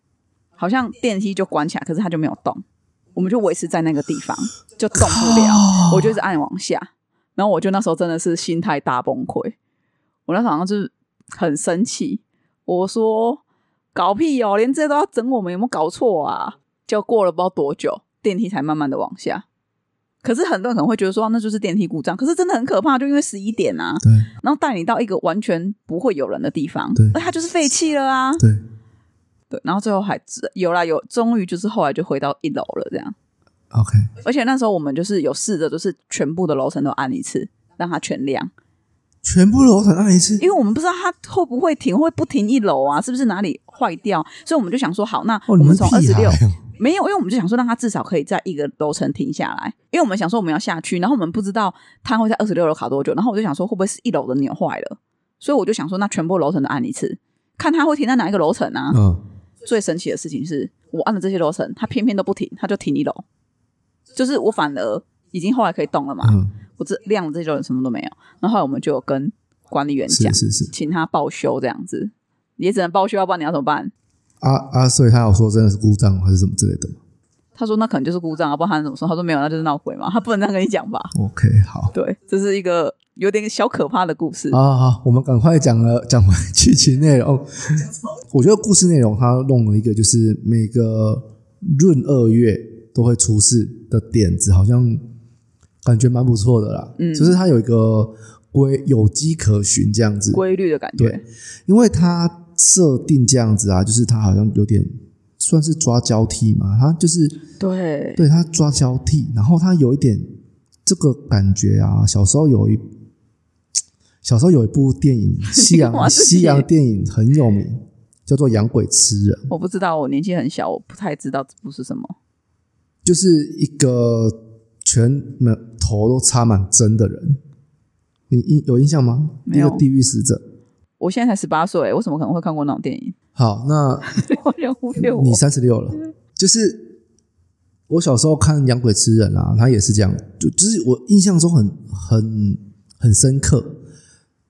Speaker 2: 好像电梯就关起来，可是他就没有动，我们就维持在那个地方，就动不了。
Speaker 1: 哦
Speaker 2: 我就一直按往下，然后我就那时候真的是心态大崩溃，我那时候好像就是很生气，我说搞屁哦，连这都要整我们，有没有搞错啊？就过了不知道多久，电梯才慢慢的往下。可是很多人可能会觉得说，啊那就是电梯故障。可是真的很可怕，就因为十一点啊，
Speaker 1: 对
Speaker 2: 然后带你到一个完全不会有人的地方
Speaker 1: 对，
Speaker 2: 而它就是废弃了啊。
Speaker 1: 对，
Speaker 2: 对，然后最后还有啦有，终于就是后来就回到一楼了，这样。
Speaker 1: OK，
Speaker 2: 而且那时候我们就是有试着，就是全部的楼层都按一次，让它全亮，
Speaker 1: 全部楼层按一次
Speaker 2: 因为。我们不知道它会不会停，会不停一楼啊，是不是哪里坏掉？所以我们就想说，好，那我
Speaker 1: 哦，你们
Speaker 2: 从
Speaker 1: 屁
Speaker 2: 二十六
Speaker 1: 孩哦
Speaker 2: 没有，因为我们就想说，让它至少可以在一个楼层停下来，因为我们想说我们要下去，然后我们不知道它会在二十六楼卡多久，然后我就想说，会不会是一楼的扭坏了？所以我就想说，那全部楼层都按一次，看它会停在哪一个楼层啊？
Speaker 1: 嗯，
Speaker 2: 最神奇的事情是我按了这些楼层，它偏偏都不停，它就停一楼，就是我反而已经后来可以动了嘛，
Speaker 1: 嗯，
Speaker 2: 我这亮了这些楼层什么都没有。然后后来我们就有跟管理员
Speaker 1: 是
Speaker 2: 讲，
Speaker 1: 是是
Speaker 2: 请他报修这样子，也只能报修，要不然你要怎么办？
Speaker 1: 啊啊，所以他有说真的是故障还是什么之类的吗
Speaker 2: 他说那可能就是故障啊，不然他怎么说？他说没有，那就是闹鬼嘛，他不能这样跟你讲 吧？
Speaker 1: ？OK，好。
Speaker 2: 对，这是一个有点小可怕的故事。
Speaker 1: 啊，好，我们赶快讲了， 讲回剧情内容。我觉得故事内容它弄了一个，就是每个闰二月都会出事的点子，好像感觉蛮不错的啦。
Speaker 2: 嗯
Speaker 1: 就是它有一个规有迹可循这样子。
Speaker 2: 规律的感觉
Speaker 1: 对，因为它设定这样子啊，就是它好像有点算是抓交替嘛，它就是
Speaker 2: 对，
Speaker 1: 对他抓交替，然后他有一点这个感觉啊，小时候有一小时候有一部电影，西
Speaker 2: 干 嘛
Speaker 1: 洋
Speaker 2: 自己
Speaker 1: 西洋电影很有名，叫做《养鬼吃人》，
Speaker 2: 我不知道，我年纪很小，我不太知道这部是什么。
Speaker 1: 就是一个全满头都插满针的人，你印有印象吗？
Speaker 2: 没有
Speaker 1: 一个地狱使者。
Speaker 2: 我现在才十八岁，我怎么可能会看过那 种电影？
Speaker 1: 好，那
Speaker 2: 我人忽略我
Speaker 1: 你。三十六了，就是我小时候看《养鬼吃人》啊，他也是这样，就就是我印象中很很很深刻，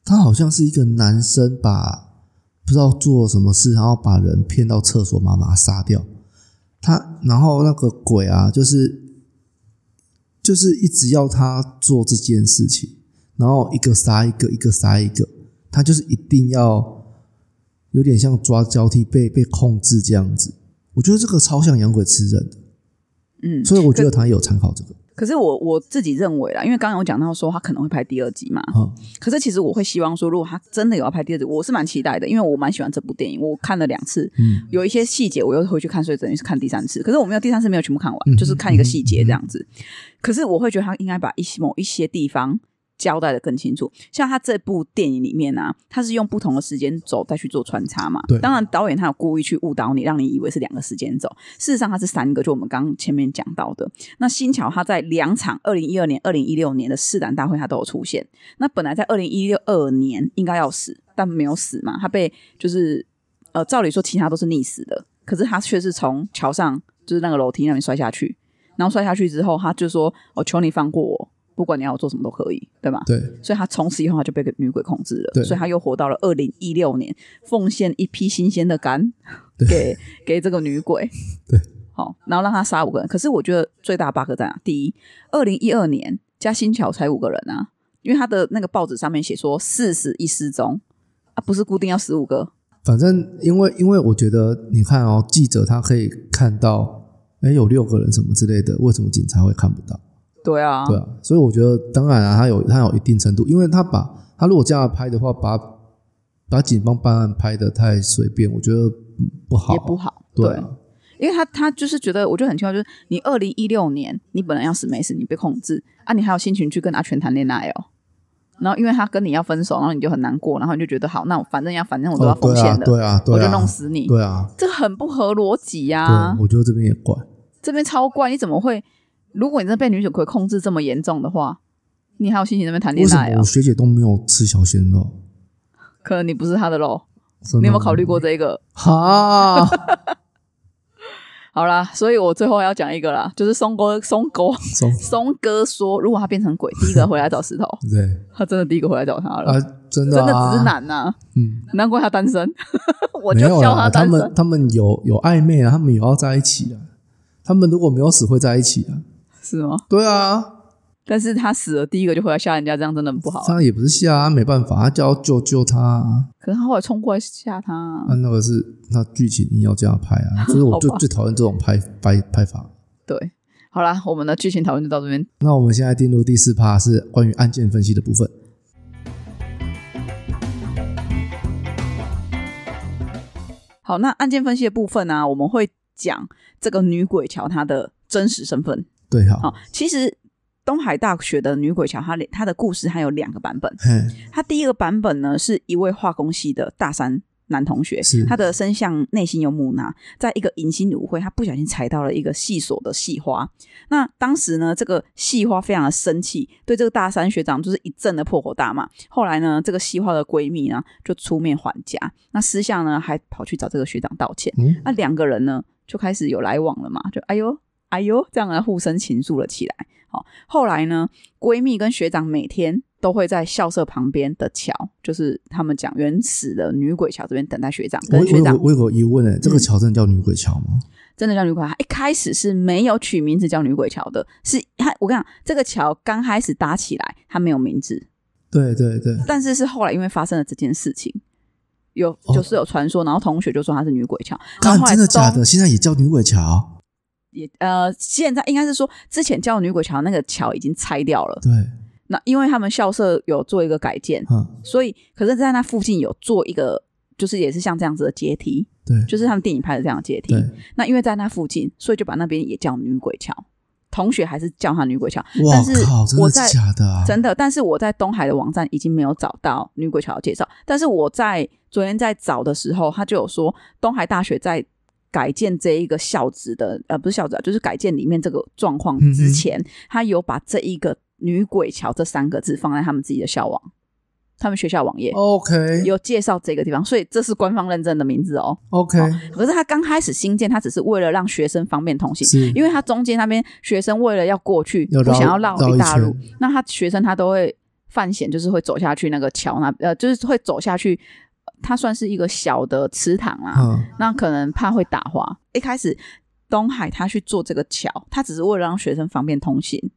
Speaker 1: 他好像是一个男生把不知道做什么事，然后把人骗到厕所嘛，把他杀掉。他然后那个鬼啊，就是就是一直要他做这件事情，然后一个杀一个，一个杀一个，他就是一定要有点像抓交替被被控制这样子。我觉得这个超像养鬼吃人的，
Speaker 2: 嗯，
Speaker 1: 所以我觉得他有参考这个
Speaker 2: 可是我我自己认为啦，因为刚刚有讲到说他可能会拍第二集嘛，
Speaker 1: 啊、
Speaker 2: 可是其实我会希望说，如果他真的有要拍第二集，我是蛮期待的，因为我蛮喜欢这部电影，我看了两次，
Speaker 1: 嗯
Speaker 2: 有一些细节我又回去看，所以等于是看第三次。可是我没有第三次没有全部看完，
Speaker 1: 嗯
Speaker 2: 就是看一个细节这样子。可是我会觉得他应该把一些某一些地方交代的更清楚，像他这部电影里面啊，他是用不同的时间轴再去做穿插嘛。
Speaker 1: 对
Speaker 2: 当然导演他有故意去误导你，让你以为是两个时间轴，事实上它是三个，就我们刚前面讲到的。那新桥他在两场二零一二年、二零一六年的试胆大会，他都有出现。那本来在二零一六二年应该要死，但没有死嘛，他被就是呃，照理说其他都是溺死的，可是他却是从桥上，就是那个楼梯那边摔下去，然后摔下去之后，他就说：“我、求你放过我，不管你要我做什么都可以，对吗？”
Speaker 1: 对，
Speaker 2: 所以他从此以后他就被个女鬼控制
Speaker 1: 对
Speaker 2: 了，所以他又活到了二零一六年，奉献一批新鲜的肝给给这个女鬼，
Speaker 1: 对，
Speaker 2: 好，然后让他杀五个人。可是我觉得最大 bug 在哪？第一，二零一二年加新桥才五个人啊，因为他的那个报纸上面写说四十一失踪啊，不是固定要十五个，
Speaker 1: 反正因为因为我觉得你看哦，记者他可以看到，哎，有六个人什么之类的，为什么警察会看不到？
Speaker 2: 对啊，
Speaker 1: 对啊，所以我觉得当然啊，他有他有一定程度，因为他把他如果这样拍的话，把把警方办案拍的太随便，我觉得嗯不好，
Speaker 2: 也不好，
Speaker 1: 对啊，
Speaker 2: 因为他他就是觉得，我就很奇怪，就是你二零一六年你本来要死没死，你被控制啊，你还有心情去跟阿全谈恋爱哦。然后因为他跟你要分手，然后你就很难过，然后你就觉得好，那我反正要反正我都要
Speaker 1: 哦，
Speaker 2: 奉
Speaker 1: 对
Speaker 2: 献
Speaker 1: 啊，
Speaker 2: 了，
Speaker 1: 对啊，对
Speaker 2: 我就
Speaker 1: 啊，
Speaker 2: 弄死你，啊
Speaker 1: 对啊，
Speaker 2: 这很不合逻辑呀、
Speaker 1: 对，我觉得这边也怪，
Speaker 2: 这边超怪，你怎么会？如果你真的被女鬼控制这么严重的话，你还有心情在那边谈
Speaker 1: 为
Speaker 2: 恋
Speaker 1: 什
Speaker 2: 爱
Speaker 1: 么
Speaker 2: 哦
Speaker 1: 我？学姐都没有吃小鲜肉？
Speaker 2: 可能你不是他的咯，
Speaker 1: 真的
Speaker 2: 你有没有
Speaker 1: 吗
Speaker 2: 考虑？过这个？
Speaker 1: 哈，
Speaker 2: 好啦，所以我最后要讲一个啦，就是松哥松哥
Speaker 1: 松
Speaker 2: 松哥说，如果他变成鬼，第一个回来找石头。
Speaker 1: 对
Speaker 2: 他真的第一个回来找他了，
Speaker 1: 啊，真的
Speaker 2: 真的
Speaker 1: 啊
Speaker 2: 直，男呐、
Speaker 1: 嗯，
Speaker 2: 难怪他单身， 我
Speaker 1: 没
Speaker 2: 就
Speaker 1: 有
Speaker 2: 笑
Speaker 1: 啦他
Speaker 2: 单
Speaker 1: 们
Speaker 2: 身。
Speaker 1: 他们有有暧昧啊，他们有要在一起啊，他们如果没有死会在一起啊，
Speaker 2: 是吗？
Speaker 1: 对啊，
Speaker 2: 但是他死了，第一个就回来吓人家，这样真的很不好。
Speaker 1: 他也不是吓、啊，没办法，他叫他救救他啊，
Speaker 2: 可是他后来冲过来吓他、
Speaker 1: 啊那个是那剧情硬要这样拍 啊，所以我最
Speaker 2: 好吧
Speaker 1: 最讨厌这种拍拍拍法。
Speaker 2: 对，好啦，我们的剧情讨论就到这边。
Speaker 1: 那我们现在进入第四趴，是关于案件分析的部分。
Speaker 2: 好，那案件分析的部分呢、啊我们会讲这个女鬼桥她的真实身份。
Speaker 1: 对，好，
Speaker 2: 好、其实东海大学的女鬼桥，她她的故事还有两个版本。
Speaker 1: 嘿，
Speaker 2: 他第一个版本呢，是一位化工系的大三男同学
Speaker 1: 是，
Speaker 2: 他的身相内心有木讷，在一个迎新舞会，他不小心踩到了一个系所的系花。那当时呢，这个系花非常的生气，对这个大三学长就是一阵的破口大骂。后来呢，这个系花的闺蜜呢就出面还价，那私下呢还跑去找这个学长道歉。
Speaker 1: 嗯，
Speaker 2: 那两个人呢就开始有来往了嘛，就哎呦哎呦这样来互生情愫了起来。好、后来呢，闺蜜跟学长每天都会在校舍旁边的桥，就是他们讲原始的女鬼桥这边等待学长，
Speaker 1: 我
Speaker 2: 跟学
Speaker 1: 我
Speaker 2: 长嗯
Speaker 1: 有我有个疑问诶、这个桥真的叫女鬼桥吗？
Speaker 2: 真的叫女鬼桥。一开始是没有取名字叫女鬼桥的，是它我跟你讲，这个桥刚开始搭起来，它没有名字，
Speaker 1: 对对对，
Speaker 2: 但是是后来因为发生了这件事情。有就是有传说，然后同学就说她是女鬼桥，
Speaker 1: 看
Speaker 2: 然后后来
Speaker 1: 哦真的假
Speaker 2: 东
Speaker 1: 的？现在也叫女鬼桥？
Speaker 2: 也呃，现在应该是说之前叫女鬼桥那个桥已经拆掉了，
Speaker 1: 对，
Speaker 2: 那因为他们校舍有做一个改建，
Speaker 1: 嗯，
Speaker 2: 所以可是在那附近有做一个，就是也是像这样子的阶梯，
Speaker 1: 对
Speaker 2: 就是他们电影拍的这样的阶梯
Speaker 1: 对。，
Speaker 2: 那因为在那附近，所以就把那边也叫女鬼桥，同学还是叫它女鬼桥，
Speaker 1: 哇
Speaker 2: 但是
Speaker 1: 靠，真
Speaker 2: 我
Speaker 1: 的
Speaker 2: 在
Speaker 1: 是假的啊？
Speaker 2: 真的。但是我在东海的网站已经没有找到女鬼桥的介绍，但是我在昨天在找的时候，他就有说东海大学在改建这一个校址的，呃，不是校址啊，就是改建里面这个状况之前，他有把这一个女鬼桥这三个字放在他们自己的校网，他们学校网页。
Speaker 1: 哦 OK
Speaker 2: 有介绍这个地方，所以这是官方认证的名字哦。
Speaker 1: OK，
Speaker 2: 可是他刚开始新建，他只是为了让学生方便通行，
Speaker 1: 是
Speaker 2: 因为他中间那边学生为了要过去，
Speaker 1: 嗯要绕
Speaker 2: 不想要绕一大
Speaker 1: 绕一
Speaker 2: 路
Speaker 1: 圈，
Speaker 2: 那他学生他都会犯险，就是会走下去那个桥那，呃，就是会走下去，呃它算是一个小的池塘啊，
Speaker 1: 嗯，
Speaker 2: 那可能怕会打滑。一开始东海他去做这个桥，他只是为了让学生方便通行。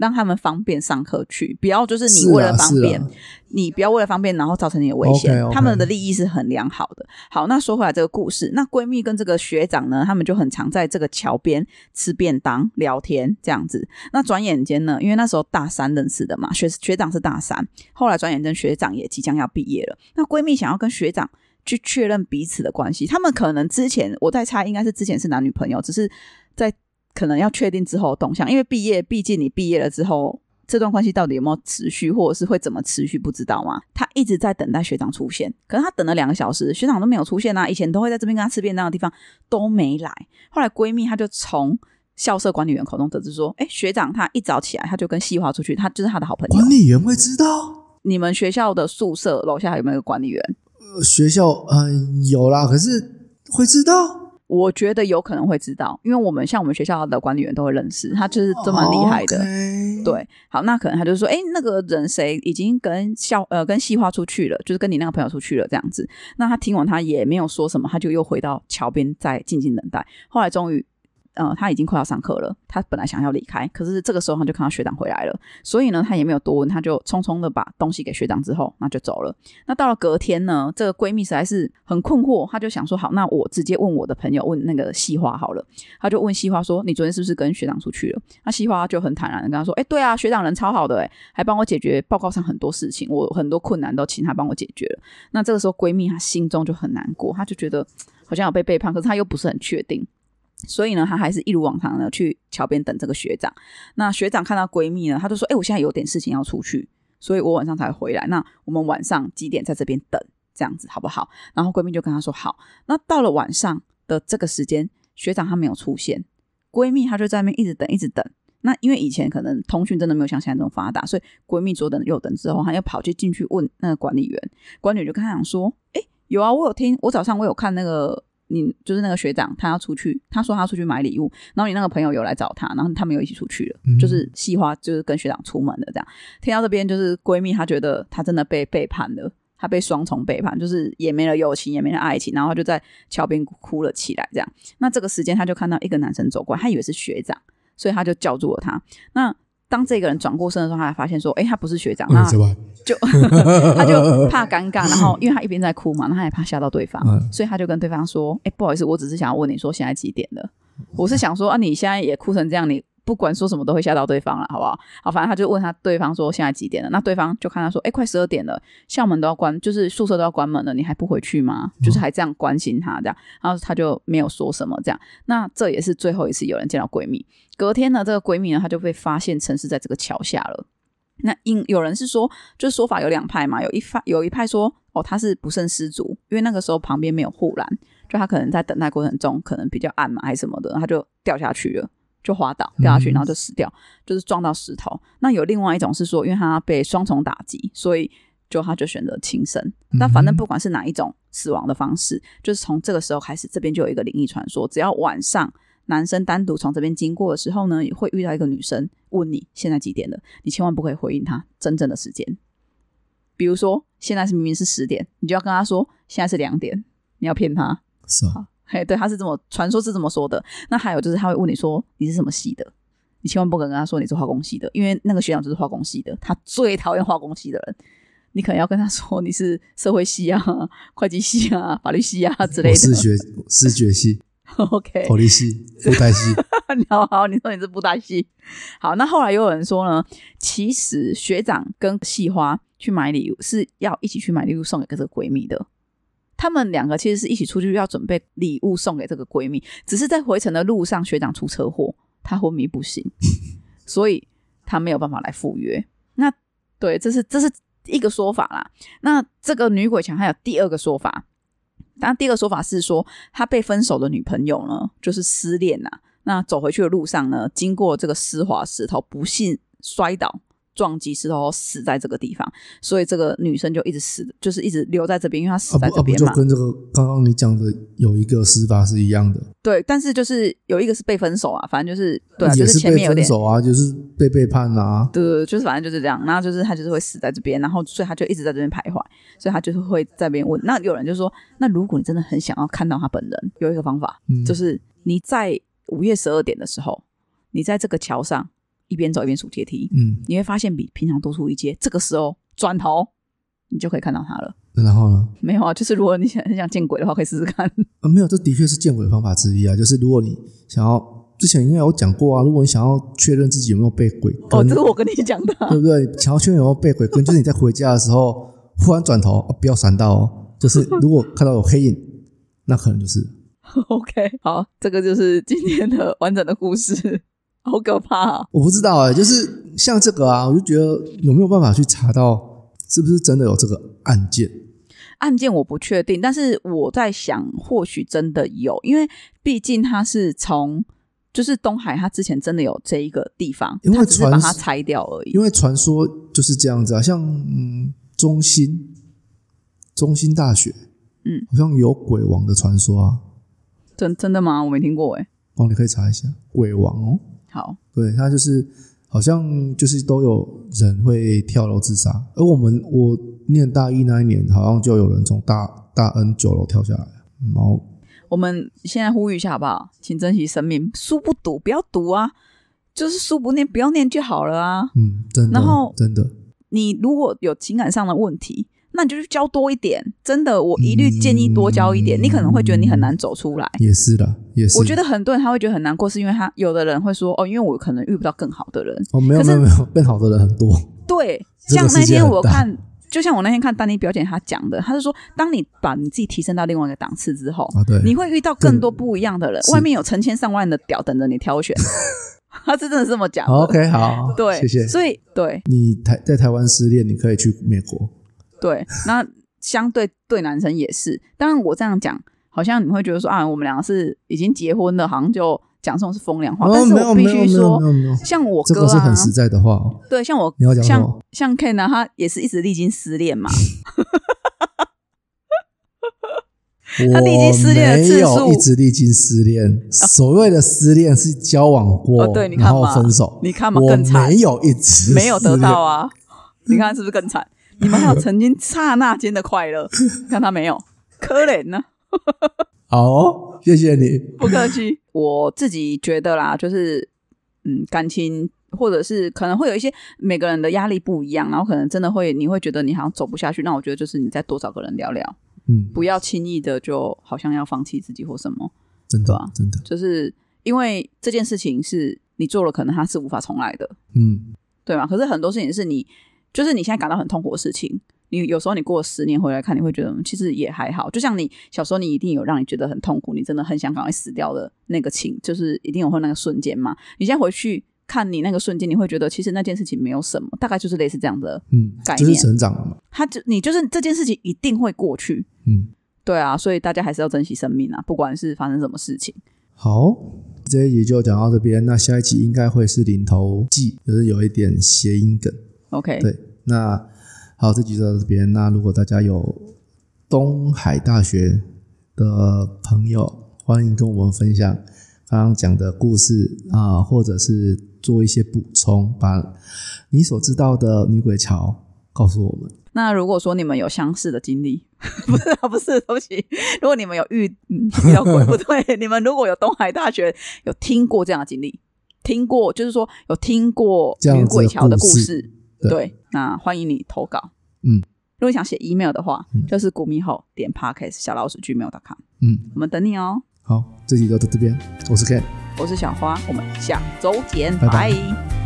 Speaker 2: 让他们方便上课去，不要就是你
Speaker 1: 是
Speaker 2: 为
Speaker 1: 啊
Speaker 2: 了方
Speaker 1: 是啊
Speaker 2: 便，你不要为了方便，然后造成你的危险。
Speaker 1: OK，OK
Speaker 2: 他们的利益是很良好的。好，那说回来这个故事，那闺蜜跟这个学长呢，他们就很常在这个桥边吃便当、聊天这样子。那转眼间呢，因为那时候大三认识的嘛，学学长是大三，后来转眼间学长也即将要毕业了。那闺蜜想要跟学长去确认彼此的关系，他们可能之前我在猜，应该是之前是男女朋友，只是在可能要确定之后的动向，因为毕业，毕竟你毕业了之后。这段关系到底有没有持续，或者是会怎么持续，不知道吗？她一直在等待学长出现，可是她等了两个小时，学长都没有出现啊！以前都会在这边跟她吃便当的地方都没来，后来闺蜜她就从校舍管理员口中得知说，哎，学长他一早起来他就跟西华出去，他就是他的好朋友
Speaker 1: 管。理员会知道？
Speaker 2: 你们学校的宿舍楼下有没有一个管理员？
Speaker 1: 呃呃学校嗯有啦，可是会知道？
Speaker 2: 我觉得有可能会知道，因为我们像我们学校的管理员都会认识，他就是这么厉害的。
Speaker 1: 哦 OK
Speaker 2: 对，好，那可能他就说，哎、那个人谁已经跟校呃跟细化出去了，就是跟你那个朋友出去了这样子。那他听完他也没有说什么，他就又回到桥边再静静等待。后来终于，呃，他已经快要上课了，他本来想要离开，可是这个时候他就看到学长回来了，所以呢，他也没有多问，他就匆匆的把东西给学长之后，那就走了。那到了隔天呢，这个闺蜜实在是很困惑，她就想说，好，那我直接问我的朋友，问那个细化好了。她就问细化说，你昨天是不是跟学长出去了？那细化就很坦然的跟她说，哎、对啊，学长人超好的、诶还帮我解决报告上很多事情，我很多困难都请他帮我解决了。那这个时候闺蜜她心中就很难过，她就觉得嘖好像有被背叛，可是她又不是很确定。所以呢，她还是一如往常的去桥边等这个学长。那学长看到闺蜜呢，他就说：“哎、我现在有点事情要出去，所以我晚上才回来。那我们晚上几点在这边等，这样子好不好？”然后闺蜜就跟她说：“好。”那到了晚上的这个时间，学长他没有出现，闺蜜她就在那边一直等，一直等。那因为以前可能通讯真的没有像现在这么发达，所以闺蜜左等右等之后，她又跑去进去问那个管理员，管理员就跟她讲说：“哎、有啊，我有听，我早上我有看那个。”你就是那个学长，他要出去，他说他要出去买礼物，然后你那个朋友有来找他，然后他们又一起出去了，
Speaker 1: 嗯
Speaker 2: 就是细花，就是跟学长出门的这样。听到这边，就是闺蜜她觉得她真的被背叛了，她被双重背叛，就是也没了友情，也没了爱情，然后她就在桥边哭了起来。这样，那这个时间她就看到一个男生走过来，她以为是学长，所以她就叫住了他。那当这个人转过身的时候，她才发现说，哎、他不是学长，那
Speaker 1: 嗯，是吧？
Speaker 2: 就 他就怕尴尬，然后因为他一边在哭嘛，然后他也怕吓到对方，
Speaker 1: 嗯
Speaker 2: 所以他就跟对方说：“哎、不好意思，我只是想要问你说现在几点了？我是想说啊，你现在也哭成这样，你不管说什么都会吓到对方了，好不好？好，反正他就问他对方说现在几点了？那对方就看他说：哎、快十二点了，校门都要关，就是宿舍都要关门了，你还不回去吗？就是还这样关心他这样，然后他就没有说什么这样。那这也是最后一次有人见到闺蜜。隔天呢，这个闺蜜呢，她就被发现沉尸在这个桥下了。那因有人是说，就是说法有两派嘛，有一派有一派说，哦，她是不慎失足，因为那个时候旁边没有护栏，就她可能在等待过程中可能比较暗嘛，还是什么的，她就掉下去了，就滑倒掉下去，
Speaker 1: 嗯
Speaker 2: 然后就死掉，就是撞到石头。那有另外一种是说，因为她被双重打击，所以就她就选择轻生。但
Speaker 1: 嗯
Speaker 2: 反正不管是哪一种死亡的方式，就是从这个时候开始，这边就有一个灵异传说，只要晚上男生单独从这边经过的时候呢，会遇到一个女生问你现在几点了，你千万不可以回应她真正的时间。比如说现在是明明是十点，你就要跟她说现在是两点，你要骗她。
Speaker 1: 是啊，
Speaker 2: 嘿，对，他是这么传说是这么说的。那还有就是他会问你说你是什么系的，你千万不可以跟他说你是化工系的，因为那个学长就是化工系的，他最讨厌化工系的人。你可能要跟他说你是社会系啊、会计系啊、法律系啊之类
Speaker 1: 我视
Speaker 2: 的。
Speaker 1: 觉视觉系、
Speaker 2: OK，
Speaker 1: 口力系、布袋 系，啊
Speaker 2: 好好，你说你是布袋戏，好，那后来又有人说呢，其实学长跟细花去买礼物是要一起去买礼物送给这个闺蜜的。他们两个其实是一起出去要准备礼物送给这个闺蜜，只是在回程的路上，学长出车祸，她昏迷 不醒，所以她没有办法来赴约。那对，这是这是一个说法啦。那这个女鬼墙还有第二个说法，当然第二个说法是说，她被分手的女朋友呢，就是失恋啊，那走回去的路上呢，经过这个湿滑石头，不幸摔倒。撞击石头后死在这个地方，所以这个女生就一直死，就是一直留在这边，因为她死
Speaker 1: 啊
Speaker 2: 在
Speaker 1: 不
Speaker 2: 这
Speaker 1: 啊不
Speaker 2: 边
Speaker 1: 就
Speaker 2: 嘛。
Speaker 1: 跟这个刚刚你讲的有一个死法是一样的，
Speaker 2: 对，但是就是有一个是被分手啊，反正就是对、啊，就
Speaker 1: 也
Speaker 2: 前面
Speaker 1: 被
Speaker 2: 有
Speaker 1: 分
Speaker 2: 点
Speaker 1: 手啊，就是被背叛啊，
Speaker 2: 对对对，就是反正就是这样。然后就是他就是会死在这边，然后所以他就一直在这边徘徊，所以他就是会在这边问。那有人就说，那如果你真的很想要看到他本人，有一个方法，
Speaker 1: 嗯
Speaker 2: 就是你在午夜十二点的时候，你在这个桥上一边走一边数阶梯，
Speaker 1: 嗯，
Speaker 2: 你会发现比平常多出一阶。这个时候转头，你就可以看到他了。
Speaker 1: 然后呢？
Speaker 2: 没有啊，就是如果你想很想见鬼的话，可以试试看。
Speaker 1: 啊，没有，这的确是见鬼的方法之一啊。就是如果你想要，之前应该有讲过啊，如果你想要确认自己有没有被鬼跟，
Speaker 2: 哦，这是我跟你讲的啊、
Speaker 1: 对不对？想要确认有没有被鬼跟，就是你在回家的时候忽然转头，啊不要闪到哦。 就是如果看到有黑影，那可能就是
Speaker 2: OK，好，这个就是今天的完整的故事，好可怕、啊。
Speaker 1: 我不知道哎、就是像这个啊，我就觉得有没有办法去查到是不是真的有这个案件？
Speaker 2: 案件我不确定，但是我在想，或许真的有，因为毕竟它是从就是东海，它之前真的有这一个地方，
Speaker 1: 因为
Speaker 2: 它只是把
Speaker 1: 传
Speaker 2: 它拆掉而已
Speaker 1: 因。为传说就是这样子啊，像嗯，中心中心大学，
Speaker 2: 嗯，
Speaker 1: 好像有鬼王的传说啊。
Speaker 2: 真真的吗？我没听过哎、
Speaker 1: 哦，你可以查一下鬼王哦，
Speaker 2: 好，
Speaker 1: 对他就是好像就是都有人会跳楼自杀，而我们我念大一那一年，好像就有人从大大 N 九楼跳下来，然后
Speaker 2: 我们现在呼吁一下好不好？请珍惜生命，书不读不要读啊，就是书不念不要念就好了啊。
Speaker 1: 嗯，真的，
Speaker 2: 然后
Speaker 1: 真的，
Speaker 2: 你如果有情感上的问题，那你就去交多一点，真的，我一律建议多交一点。
Speaker 1: 嗯
Speaker 2: 你可能会觉得你很难走出来。
Speaker 1: 也是的，也是。
Speaker 2: 我觉得很多人他会觉得很难过，是因为他有的人会说哦，因为我可能遇不到更好的人。
Speaker 1: 哦，没有
Speaker 2: 可
Speaker 1: 没
Speaker 2: 是
Speaker 1: 有没有，变好的人很多，
Speaker 2: 对，
Speaker 1: 这个
Speaker 2: 像那
Speaker 1: 世界
Speaker 2: 天
Speaker 1: 很
Speaker 2: 我
Speaker 1: 大
Speaker 2: 看，就像我那天看丹妮表姐她讲的，她是说，当你把你自己提升到另外一个档次之后，
Speaker 1: 啊对
Speaker 2: 你会遇到更多不一样的人，
Speaker 1: 是
Speaker 2: 外面有成千上万的屌等着你挑选。 她是真的是这么讲的
Speaker 1: 好 OK 好，
Speaker 2: 对，
Speaker 1: 谢谢。
Speaker 2: 所以对
Speaker 1: 你台在台湾失恋，你可以去美国，
Speaker 2: 对，那相对对男生也是。当然我这样讲，好像你们会觉得说啊，我们两个是已经结婚了，好像就讲这种是风凉话。
Speaker 1: 哦
Speaker 2: 但是
Speaker 1: 没有
Speaker 2: 我
Speaker 1: 没
Speaker 2: 必
Speaker 1: 有没
Speaker 2: 须
Speaker 1: 有
Speaker 2: 说
Speaker 1: 没，有没有，
Speaker 2: 像我
Speaker 1: 这
Speaker 2: 哥
Speaker 1: 个是
Speaker 2: 啊
Speaker 1: 很，实在的话哦。
Speaker 2: 对，像我
Speaker 1: 你要讲什
Speaker 2: 像
Speaker 1: 么？
Speaker 2: 像 Ken 啊，他也是一直历经失 恋嘛，
Speaker 1: 我
Speaker 2: 历经失恋的次
Speaker 1: 没
Speaker 2: 数
Speaker 1: 有一直历经失恋。所谓的失恋是交往过，
Speaker 2: 哦对你看
Speaker 1: 然后
Speaker 2: 嘛
Speaker 1: 分手。
Speaker 2: 你看嘛
Speaker 1: 我
Speaker 2: 更惨
Speaker 1: 没有一直
Speaker 2: 没有得到
Speaker 1: 啊。
Speaker 2: 啊，你看是不是更惨？你们还有曾经刹那间的快乐，你看他没有，可怜啊呢、
Speaker 1: 好哦，谢谢你。
Speaker 2: 不客气。我自己觉得啦，就是嗯，感情或者是可能会有一些每个人的压力不一样，然后可能真的会你会觉得你好像走不下去。那我觉得就是你再多找个人聊聊，
Speaker 1: 嗯，
Speaker 2: 不要轻易的就好像要放弃自己或什么，
Speaker 1: 真
Speaker 2: 对
Speaker 1: 的
Speaker 2: 啊
Speaker 1: 真的，
Speaker 2: 就是因为这件事情是你做了，可能它是无法重来的。
Speaker 1: 嗯，
Speaker 2: 对吧？可是很多事情是你，就是你现在感到很痛苦的事情，你有时候你过了十年回来看，你会觉得嗯其实也还好。就像你小时候，你一定有让你觉得很痛苦，你真的很想赶快死掉的那个情，就是一定有会那个瞬间嘛。你现在回去看你那个瞬间，你会觉得其实那件事情没有什么，大概就是类似这样的，
Speaker 1: 嗯
Speaker 2: 概，
Speaker 1: 就是
Speaker 2: 念
Speaker 1: 成长了嘛。
Speaker 2: 它就你就是这件事情一定会过去。
Speaker 1: 嗯，
Speaker 2: 对啊，所以大家还是要珍惜生命啊，不管是发生什么事情。
Speaker 1: 好，这一集就讲到这边。那下一集应该会是零头记，就是有一点谐音梗。
Speaker 2: OK，
Speaker 1: 对，那好，这集就到这边。那如果大家有东海大学的朋友，欢迎跟我们分享刚刚讲的故事啊、或者是做一些补充，把你所知道的女鬼桥告诉我们。
Speaker 2: 那如果说你们有相似的经历， 不是啊，不是，对不起。如果你们有遇嗯遇到 鬼，不对，你们如果有东海大学有听过这样的经历，听过就是说有听过
Speaker 1: 这样
Speaker 2: 女
Speaker 1: 子的
Speaker 2: 鬼桥的故
Speaker 1: 故
Speaker 2: 事
Speaker 1: 事，对
Speaker 2: 那欢迎你投稿。
Speaker 1: 嗯，
Speaker 2: 如果想写 email 的话，就是古米后点 podcast 小老鼠 gmail.com，
Speaker 1: 嗯，
Speaker 2: 我们等你哦。
Speaker 1: 好，这集就到这边，我是 Ken。
Speaker 2: 我是小花，我们下周见，
Speaker 1: 拜拜
Speaker 2: 拜